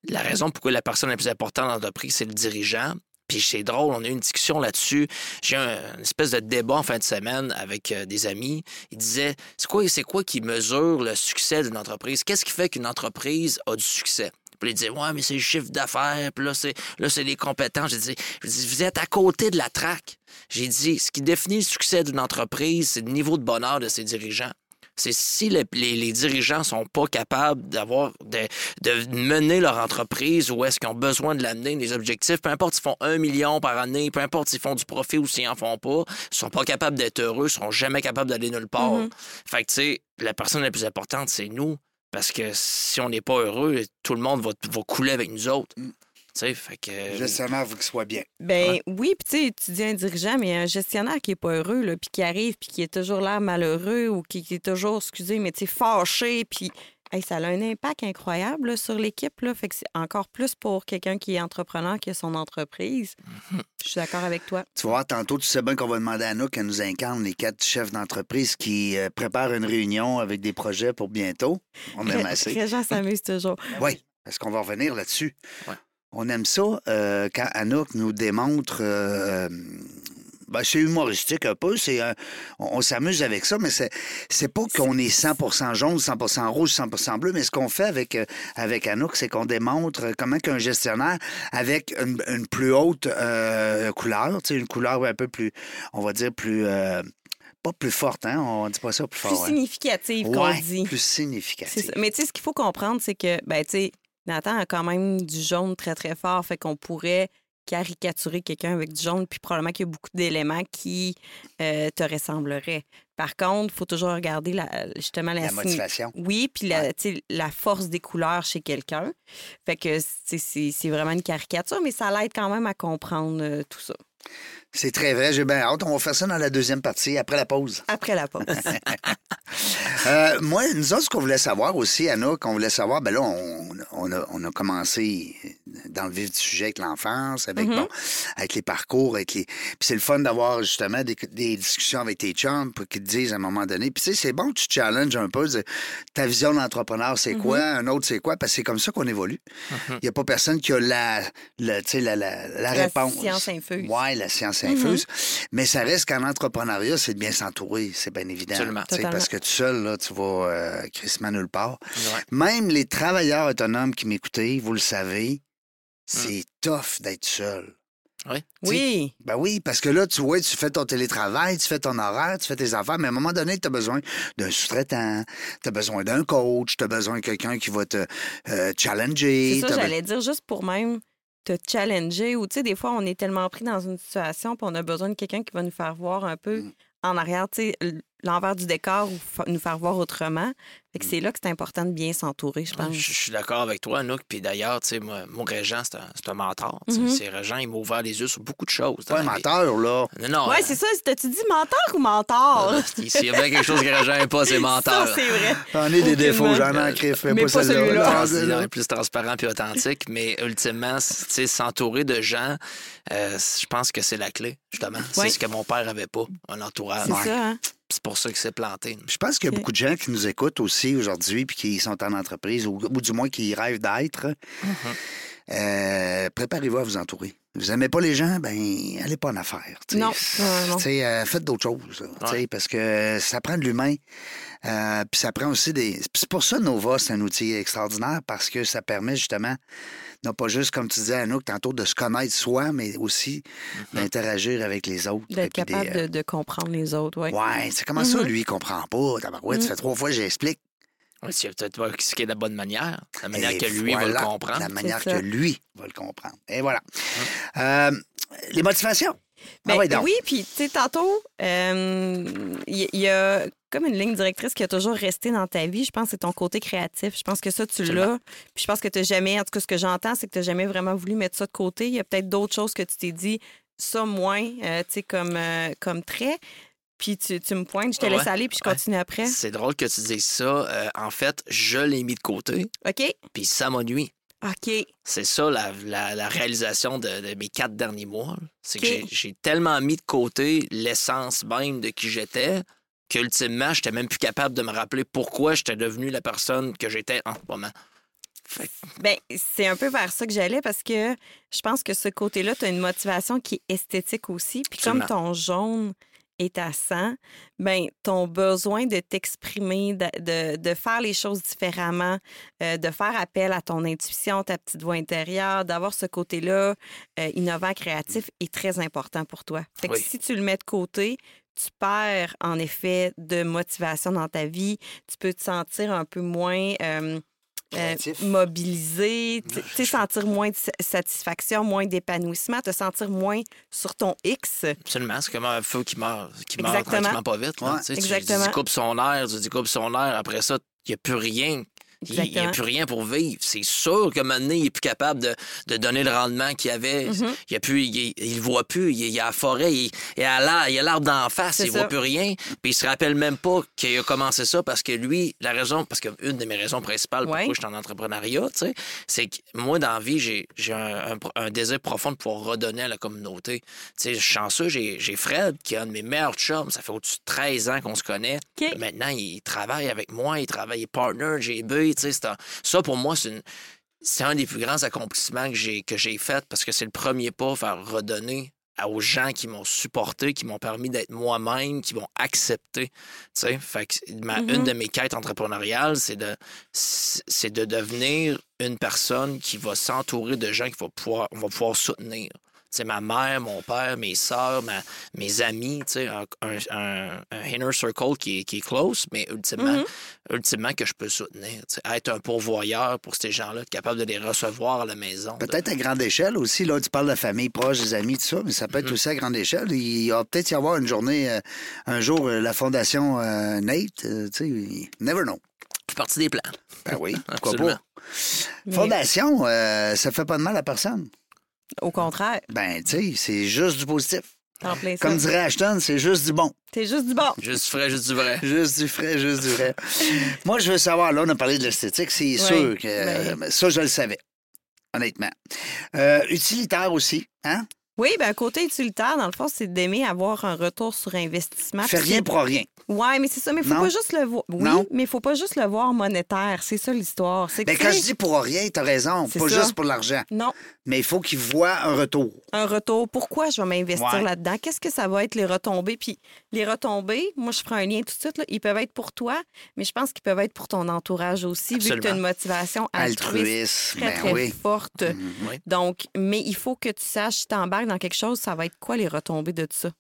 [SPEAKER 3] La raison pourquoi la personne la plus importante dans l'entreprise, c'est le dirigeant, Puis c'est drôle, on a eu une discussion là-dessus. J'ai eu un- une espèce de débat en fin de semaine avec euh, des amis. Ils disaient c'est quoi, c'est quoi qui mesure le succès d'une entreprise Qu'est-ce qui fait qu'une entreprise a du succès puis ils disaient, ouais, mais c'est le chiffre d'affaires, puis là, c'est, là, c'est les compétences. J'ai dit, j'ai dit, vous êtes à côté de la traque. J'ai dit, ce qui définit le succès d'une entreprise, c'est le niveau de bonheur de ses dirigeants. C'est si les, les- les dirigeants sont pas capables d'avoir de, de mener leur entreprise ou est-ce qu'ils ont besoin de l'amener des objectifs, peu importe s'ils font un million par année, peu importe s'ils font du profit ou s'ils en font pas, ils sont pas capables d'être heureux, ils seront jamais capables d'aller nulle part.
[SPEAKER 2] Mhm.
[SPEAKER 3] Fait que tu sais, la personne la plus importante, c'est nous. Parce que si on n'est pas heureux, tout le monde va, va couler avec nous autres. Tu Mm. sais, fait que.
[SPEAKER 1] Justement, vous qu'il soit bien.
[SPEAKER 2] Ben oui, puis tu sais, tu dis un dirigeant, mais un gestionnaire qui est pas heureux, là, puis qui arrive, puis qui est toujours l'air malheureux ou qui, qui est toujours, excusez, mais tu sais, fâché, puis hey, ça a un impact incroyable là, sur l'équipe, là. Fait que c'est encore plus pour quelqu'un qui est entrepreneur que son entreprise. Je suis d'accord avec toi.
[SPEAKER 1] Tu vas voir, tantôt, tu sais bien qu'on va demander à nous qu'elle nous incarne les quatre chefs d'entreprise qui euh, préparent une réunion avec des projets pour bientôt. On aime assez.
[SPEAKER 2] Les gens s'amusent toujours.
[SPEAKER 1] Oui, parce qu'on va revenir là-dessus.
[SPEAKER 3] Ouais.
[SPEAKER 1] On aime ça euh, quand Anouk nous démontre. euh, ben, c'est humoristique un peu. C'est un- on, on s'amuse avec ça, mais c'est, c'est pas qu'on est 100 jaune, 100 rouge, 100 bleu, mais ce qu'on fait avec, euh, avec Anouk, c'est qu'on démontre comment qu'un gestionnaire avec une, une plus haute euh, couleur, tu sais, une couleur un peu plus, on va dire plus. euh, pas plus forte, hein? On dit pas ça plus
[SPEAKER 2] Plus
[SPEAKER 1] fort. hein?
[SPEAKER 2] significative
[SPEAKER 1] Ouais,
[SPEAKER 2] qu'on dit.
[SPEAKER 1] plus
[SPEAKER 2] C'est
[SPEAKER 1] significative.
[SPEAKER 2] ça. Mais tu sais, ce qu'il faut comprendre, c'est que, ben, tu sais, Nathan a quand même du jaune très, très fort. Fait qu'on pourrait caricaturer quelqu'un avec du jaune, puis probablement qu'il y a beaucoup d'éléments qui euh, te ressembleraient. Par contre, il faut toujours regarder la- justement la,
[SPEAKER 1] La
[SPEAKER 2] signi-
[SPEAKER 1] motivation.
[SPEAKER 2] Oui, puis la, tu sais, la force des couleurs chez quelqu'un. Fait que tu sais, c'est c'est vraiment une caricature, mais ça l'aide quand même à comprendre euh, tout ça.
[SPEAKER 1] C'est très vrai, j'ai bien hâte. On va faire ça dans la deuxième partie, après la pause.
[SPEAKER 2] Après la pause.
[SPEAKER 1] Euh, moi, nous autres, ce qu'on voulait savoir aussi, Anna, qu'on voulait savoir, ben là, on, on a, on a commencé dans le vif du sujet avec l'enfance, avec,
[SPEAKER 2] Mhm.
[SPEAKER 1] bon, avec les parcours, avec les... Puis c'est le fun d'avoir justement des, des discussions avec tes chums pour qu'ils te disent à un moment donné. Puis tu sais, c'est bon que tu challenges un peu. de- Ta vision d'entrepreneur, c'est quoi? Un
[SPEAKER 2] Mhm.
[SPEAKER 1] autre, c'est quoi? Parce que c'est comme ça qu'on évolue. Il n'y a pas personne qui a la, la, tu sais, la, la, la
[SPEAKER 2] La
[SPEAKER 1] réponse.
[SPEAKER 2] science infuse.
[SPEAKER 1] Ouais, la science
[SPEAKER 2] Mm-hmm.
[SPEAKER 1] infuse. Mais ça reste qu'en entrepreneuriat, c'est de bien s'entourer, c'est bien évident.
[SPEAKER 3] Absolument.
[SPEAKER 1] Tu sais,
[SPEAKER 2] Totalement.
[SPEAKER 1] Parce que tout seul, là, tu vas euh, crissement nulle part.
[SPEAKER 3] Ouais.
[SPEAKER 1] Même les travailleurs autonomes qui m'écoutaient, vous le savez, c'est tough d'être seul.
[SPEAKER 2] oui.
[SPEAKER 1] Ben oui, parce que là, tu vois, tu fais ton télétravail, tu fais ton horaire, tu fais tes affaires, mais à un moment donné, tu as besoin d'un sous-traitant, tu as besoin d'un coach, tu as besoin de quelqu'un qui va te euh,
[SPEAKER 2] C'est
[SPEAKER 1] challenger. t'as
[SPEAKER 2] ça,
[SPEAKER 1] ben be-
[SPEAKER 2] j'allais dire juste pour même te challenger ou tu sais des fois on est tellement pris dans une situation puis on a besoin de quelqu'un qui va nous faire voir un peu en arrière, tu sais l- l'envers du décor ou fa- nous faire voir autrement. Fait que c'est là que c'est important de bien s'entourer, je pense.
[SPEAKER 3] Je je suis d'accord avec toi, Anouk. Puis d'ailleurs, tu sais, moi, mon régent, c'est un, c'est un mentor. tu sais.
[SPEAKER 2] Mm-hmm.
[SPEAKER 3] C'est Régent, il m'a ouvert les yeux sur beaucoup de choses.
[SPEAKER 1] Pas un menteur, là.
[SPEAKER 3] Non, non.
[SPEAKER 2] ouais,
[SPEAKER 3] euh,
[SPEAKER 2] c'est ça, t'as-tu dit mentor ou mentor
[SPEAKER 3] euh, S'il y a bien quelque chose que Régent n'est pas, c'est menteur.
[SPEAKER 2] Ça c'est vrai.
[SPEAKER 1] On est des
[SPEAKER 2] Aucunement.
[SPEAKER 1] défauts, j'en ai en crif, mais,
[SPEAKER 2] Mais
[SPEAKER 1] pas
[SPEAKER 2] pas
[SPEAKER 1] celui-là.
[SPEAKER 2] celui-là.
[SPEAKER 1] Non,
[SPEAKER 3] trans-
[SPEAKER 1] celui-là.
[SPEAKER 3] il est plus transparent puis authentique, mais ultimement, c- tu sais, s'entourer de gens, euh, je pense que c'est la clé, justement. C'est
[SPEAKER 2] Oui.
[SPEAKER 3] ce que mon père avait pas, un entourage.
[SPEAKER 2] C'est ça. hein?
[SPEAKER 3] C'est pour Ah, ça qu'il s'est planté.
[SPEAKER 1] Je pense qu'il y a beaucoup de gens qui nous écoutent aussi aujourd'hui puis qui sont en entreprise ou, ou du moins qui rêvent d'être.
[SPEAKER 2] Mm-hmm.
[SPEAKER 1] Euh, Préparez-vous à vous entourer. Vous aimez pas les gens, ben allez pas en affaires. tu sais.
[SPEAKER 2] Non, non, non.
[SPEAKER 1] Tu sais, euh, faites d'autres choses. là, tu sais, Parce que ça prend de l'humain. euh, puis ça prend aussi des. puis C'est pour ça Nova, c'est un outil extraordinaire parce que ça permet justement, non pas juste comme tu disais, Anouk, tantôt, de se connaître soi, mais aussi d'interagir avec les autres.
[SPEAKER 2] Mm-hmm. D'être
[SPEAKER 1] et puis des,
[SPEAKER 2] capable
[SPEAKER 1] euh,
[SPEAKER 2] de, de comprendre les autres, ouais.
[SPEAKER 1] Ouais, c'est comment
[SPEAKER 3] Mm-hmm.
[SPEAKER 1] ça, lui, il comprend pas. Tabarouette,
[SPEAKER 3] Mm.
[SPEAKER 1] ça fait trois fois que j'explique.
[SPEAKER 3] Oui, c'est peut-être pas ce qui est de la bonne manière, la manière
[SPEAKER 1] Et
[SPEAKER 3] que lui
[SPEAKER 1] voilà,
[SPEAKER 3] va le comprendre. Mm.
[SPEAKER 1] La manière
[SPEAKER 2] C'est ça.
[SPEAKER 1] que lui va le comprendre. Et voilà. Euh, les motivations. Ah
[SPEAKER 2] Ben,
[SPEAKER 1] ouais, donc.
[SPEAKER 2] oui, puis tu sais, tantôt, euh, il y, il y a comme une ligne directrice qui a toujours resté dans ta vie. Je pense que c'est ton côté créatif. Je pense que ça, tu l'as. Puis je pense que tu jamais, en tout cas, ce que j'entends, c'est que tu n'as jamais vraiment voulu mettre ça de côté. Il y a peut-être d'autres choses que tu t'es dit, ça moins, euh, tu sais, comme, euh, comme trait. Puis tu, tu me pointes, je te
[SPEAKER 3] Ouais,
[SPEAKER 2] laisse aller, puis je
[SPEAKER 3] ouais.
[SPEAKER 2] continue après.
[SPEAKER 3] C'est drôle que tu dises ça. Euh, en fait, je l'ai mis de côté,
[SPEAKER 2] OK?
[SPEAKER 3] puis ça m'ennuie.
[SPEAKER 2] OK.
[SPEAKER 3] C'est ça la, la- la réalisation de, de mes quatre derniers mois. C'est que
[SPEAKER 2] Ok.
[SPEAKER 3] j'ai- j'ai tellement mis de côté l'essence même de qui j'étais qu'ultimement, j'étais même plus capable de me rappeler pourquoi j'étais devenu la personne que j'étais en ce moment. Fait que
[SPEAKER 2] Ben, c'est un peu vers ça que j'allais parce que je pense que ce côté-là, tu as une motivation qui est esthétique aussi. Puis comme ton jaune est à 100, ben, ton besoin de t'exprimer, de, de- de faire les choses différemment, euh, de faire appel à ton intuition, ta petite voix intérieure, d'avoir ce côté-là euh, innovant, créatif est très important pour toi. Fait que
[SPEAKER 3] Oui.
[SPEAKER 2] si tu le mets de côté, tu perds en effet de motivation dans ta vie. Tu peux te sentir un peu moins euh, euh,
[SPEAKER 1] Créatif.
[SPEAKER 2] mobilisé, tu tu sais, sentir moins de sa- satisfaction, moins d'épanouissement, te sentir moins sur ton X.
[SPEAKER 3] Absolument, c'est comme un feu qui meurt, qui meurt
[SPEAKER 2] Exactement.
[SPEAKER 3] tranquillement pas vite. là.
[SPEAKER 1] Ouais.
[SPEAKER 3] Tu sais, Tu
[SPEAKER 2] Exactement.
[SPEAKER 3] dis coupe son air, tu dis coupe son air, après ça, il n'y a plus rien. Il n'y a
[SPEAKER 2] Exactement.
[SPEAKER 3] plus rien pour vivre. C'est sûr que maintenant, il n'est plus capable de, de donner le rendement qu'il avait.
[SPEAKER 2] Mhm.
[SPEAKER 3] Il a plus, il, il le voit plus. Il, il est à la forêt, il, il est à l'ar- il a l'arbre d'en face,
[SPEAKER 2] C'est
[SPEAKER 3] il voit
[SPEAKER 2] ça.
[SPEAKER 3] plus rien. Puis il se rappelle même pas qu'il a commencé ça parce que lui, la raison, parce qu'une de mes raisons principales
[SPEAKER 2] Ouais.
[SPEAKER 3] pourquoi je suis en entrepreneuriat, tu sais, c'est que moi, dans la vie, j'ai j'ai un, un pro- un désir profond de pouvoir redonner à la communauté. Tu sais, je suis chanceux, j'ai j'ai Fred, qui est un de mes meilleurs chums. Ça fait au-dessus de 13 ans qu'on se connaît.
[SPEAKER 2] OK.
[SPEAKER 3] Maintenant, il travaille avec moi, il travaille il est partner, GB. tu sais, c'est un- Ça, pour moi, c'est une- c'est un des plus grands accomplissements que j'ai que j'ai fait parce que c'est le premier pas vers redonner à- aux gens qui m'ont supporté, qui m'ont permis d'être moi-même, qui m'ont accepté. Tu sais, fait que ma-
[SPEAKER 2] Mhm.
[SPEAKER 3] une de mes quêtes entrepreneuriales, c'est de c'est de devenir une personne qui va s'entourer de gens qui va pouvoir, on va pouvoir soutenir. C'est ma mère, mon père, mes sœurs, ma- mes amis, tu sais, un, un- un- un inner circle qui est, qui est close, mais ultimement, ultimement que je peux soutenir. tu sais. Être un pourvoyeur pour ces gens-là, être capable de les recevoir à la maison. de-
[SPEAKER 1] Peut-être à grande échelle aussi. Là, tu parles de famille proche, des amis, tout ça, mais ça peut
[SPEAKER 3] Mm-hmm.
[SPEAKER 1] être aussi à grande échelle. Il va peut-être y avoir une journée, euh, un jour, euh, la fondation euh, Nate. euh, tu sais, never know.
[SPEAKER 3] Fait partie des plans.
[SPEAKER 1] Ben oui, pourquoi
[SPEAKER 3] Absolument.
[SPEAKER 1] pas. Fondation, euh, ça fait pas de mal à personne.
[SPEAKER 2] Au contraire,
[SPEAKER 1] Ben, tu sais, c'est juste du positif.
[SPEAKER 2] t'en plein ça.
[SPEAKER 1] Comme dirait Ashton, c'est juste du bon.
[SPEAKER 2] T'es juste du bon.
[SPEAKER 3] Juste du frais, juste du vrai.
[SPEAKER 1] Juste du frais, juste du vrai. Moi, je veux savoir, là, on a parlé de l'esthétique, c'est sûr que euh, ça, je le savais, honnêtement. Euh, utilitaire aussi, hein?
[SPEAKER 2] Oui, ben côté utilitaire, dans le fond, c'est d'aimer avoir un retour sur investissement.
[SPEAKER 1] Fais
[SPEAKER 2] Ah, Puis
[SPEAKER 1] rien
[SPEAKER 2] c'est-
[SPEAKER 1] pour rien.
[SPEAKER 2] Ouais, mais c'est ça. Mais faut
[SPEAKER 1] Non.
[SPEAKER 2] pas juste le voir. Oui,
[SPEAKER 1] Non.
[SPEAKER 2] mais faut pas juste le voir monétaire. C'est ça l'histoire. C'est que
[SPEAKER 1] Mais Ben, quand
[SPEAKER 2] tu
[SPEAKER 1] je
[SPEAKER 2] sais,
[SPEAKER 1] dis pour rien, t'as raison,
[SPEAKER 2] C'est
[SPEAKER 1] pas
[SPEAKER 2] ça.
[SPEAKER 1] juste pour l'argent.
[SPEAKER 2] non,
[SPEAKER 1] Mais il faut qu'il voit un retour.
[SPEAKER 2] un retour. Pourquoi je vais m'investir
[SPEAKER 1] Ouais.
[SPEAKER 2] là-dedans? Qu'est-ce que ça va être les retombées? Puis les retombées, moi, je ferai un lien tout de suite. là. Ils peuvent être pour toi, mais je pense qu'ils peuvent être pour ton entourage aussi, vu que tu as
[SPEAKER 3] Absolument.
[SPEAKER 2] une motivation altruiste
[SPEAKER 1] Altruisme,
[SPEAKER 2] très,
[SPEAKER 1] ben
[SPEAKER 2] très
[SPEAKER 1] oui.
[SPEAKER 2] forte.
[SPEAKER 3] Mhm, Oui.
[SPEAKER 2] Donc, mais il faut que tu saches, si tu embarques dans quelque chose, ça va être quoi les retombées de ça?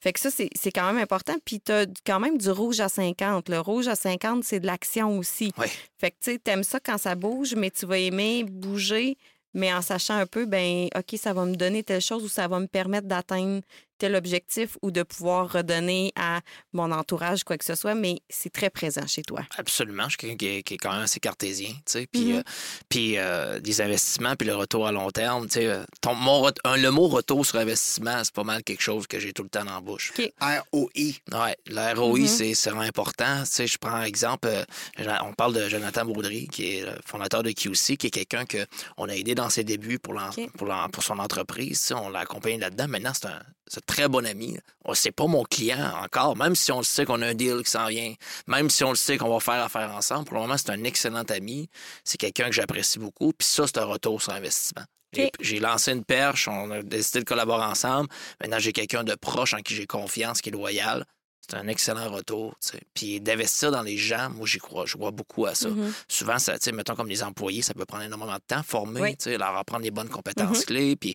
[SPEAKER 2] Fait que ça, c'est c'est quand même important. Puis tu as quand même du rouge à 50. Le rouge à 50, c'est de l'action aussi.
[SPEAKER 3] Oui.
[SPEAKER 2] Fait que tu sais, t'aimes ça quand ça bouge, mais tu vas aimer bouger, mais en sachant un peu, ben OK, ça va me donner telle chose ou ça va me permettre d'atteindre tel objectif ou de pouvoir redonner à mon entourage quoi que ce soit, mais c'est très présent chez toi.
[SPEAKER 3] Absolument. Je suis quelqu'un qui, est- qui est quand même assez cartésien. tu sais. Puis,
[SPEAKER 2] Mhm.
[SPEAKER 3] euh, puis euh, les investissements, puis le retour à long terme. tu sais, euh, ton- mon ret- un- le mot retour sur investissement, c'est pas mal quelque chose que j'ai tout le temps dans la bouche.
[SPEAKER 1] ROI.
[SPEAKER 3] Ouais, le ROI,
[SPEAKER 2] Mhm.
[SPEAKER 3] c'est- c'est vraiment important. Tu sais, je prends exemple, euh, Jona- on parle de Jonathan Baudry, qui est le fondateur de QC, qui est quelqu'un qu'on a aidé dans ses débuts pour, l'en-
[SPEAKER 2] Ok.
[SPEAKER 3] pour, l'en- pour son entreprise. Tu sais, on l'a accompagné là-dedans. Maintenant, c'est un, c'est un très bon ami. Oh, C'est pas mon client encore, même si on le sait qu'on a un deal qui s'en vient, même si on le sait qu'on va faire affaire ensemble. Pour le moment, c'est un excellent ami. C'est quelqu'un que j'apprécie beaucoup. Puis ça, c'est un retour sur investissement. J'ai-
[SPEAKER 2] Ok.
[SPEAKER 3] J'ai lancé une perche, on a décidé de collaborer ensemble. Maintenant, j'ai quelqu'un de proche en qui j'ai confiance, qui est loyal. C'est un excellent retour. tu sais. Puis d'investir dans les gens, moi, j'y crois. Je crois beaucoup à ça.
[SPEAKER 2] Mhm.
[SPEAKER 3] Souvent, ça, tu sais, mettons comme les employés, ça peut prendre énormément de temps, former,
[SPEAKER 2] Oui.
[SPEAKER 3] tu sais, leur apprendre les bonnes compétences clés, puis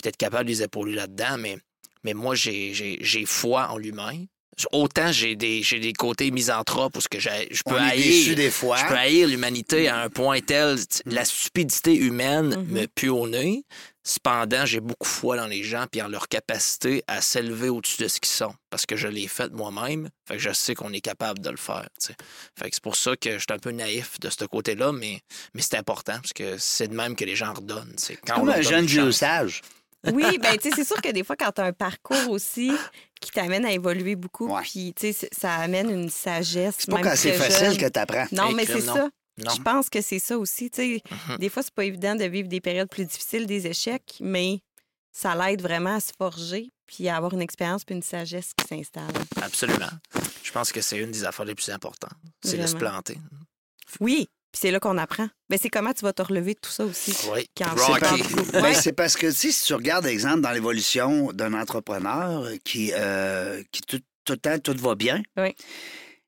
[SPEAKER 3] peut-être capable de les épauler là-dedans. Mais, mais moi, j'ai- j'ai j'ai foi en l'humain. Autant j'ai des, j'ai des côtés misanthropes où ce que j'ai- je peux
[SPEAKER 1] On est
[SPEAKER 3] haïr.
[SPEAKER 1] déçu des fois.
[SPEAKER 3] Je peux haïr l'humanité à un point tel, t- la stupidité humaine
[SPEAKER 2] Mhm.
[SPEAKER 3] me pue au nez. Cependant, j'ai beaucoup foi dans les gens puis en leur capacité à s'élever au-dessus de ce qu'ils sont. Parce que je l'ai fait moi-même, fait que je sais qu'on est capable de le faire. tu sais. Fait que c'est pour ça que je suis un peu naïf de ce côté-là, mais, mais c'est important parce que c'est de même que les gens redonnent. tu sais. Quand
[SPEAKER 1] Comme
[SPEAKER 3] leur
[SPEAKER 1] un
[SPEAKER 3] donne
[SPEAKER 1] jeune
[SPEAKER 3] une
[SPEAKER 1] vieux
[SPEAKER 3] chance.
[SPEAKER 1] sage.
[SPEAKER 2] Oui, ben tu sais, c'est sûr que des fois, quand tu as un parcours aussi qui t'amène à évoluer beaucoup,
[SPEAKER 1] Ouais.
[SPEAKER 2] puis tu sais, c- ça amène une sagesse.
[SPEAKER 1] C'est pas
[SPEAKER 2] même
[SPEAKER 1] quand c'est
[SPEAKER 2] très
[SPEAKER 1] facile
[SPEAKER 2] jeune.
[SPEAKER 1] que t'apprends.
[SPEAKER 2] Non,
[SPEAKER 3] Eh,
[SPEAKER 2] mais
[SPEAKER 3] crime,
[SPEAKER 2] c'est
[SPEAKER 3] non.
[SPEAKER 2] ça.
[SPEAKER 3] Non.
[SPEAKER 2] Je pense que c'est ça aussi. tu sais.
[SPEAKER 1] Mm-hmm.
[SPEAKER 2] Des fois, c'est pas évident de vivre des périodes plus difficiles, des échecs, mais ça l'aide vraiment à se forger puis à avoir une expérience puis une sagesse qui s'installe.
[SPEAKER 3] Absolument. Je pense que c'est une des affaires les plus importantes. C'est de se
[SPEAKER 2] Vraiment.
[SPEAKER 3] planter.
[SPEAKER 2] Oui, Puis c'est là qu'on apprend. Mais c'est comment tu vas te relever de tout ça aussi.
[SPEAKER 3] Oui.
[SPEAKER 2] Quand tu
[SPEAKER 3] Rocky.
[SPEAKER 2] t'en fous.
[SPEAKER 1] Ben,
[SPEAKER 2] Ouais.
[SPEAKER 1] c'est parce que, tu sais, si tu regardes, exemple, dans l'évolution d'un entrepreneur qui, euh, qui tout, tout le temps, tout va bien,
[SPEAKER 2] Oui.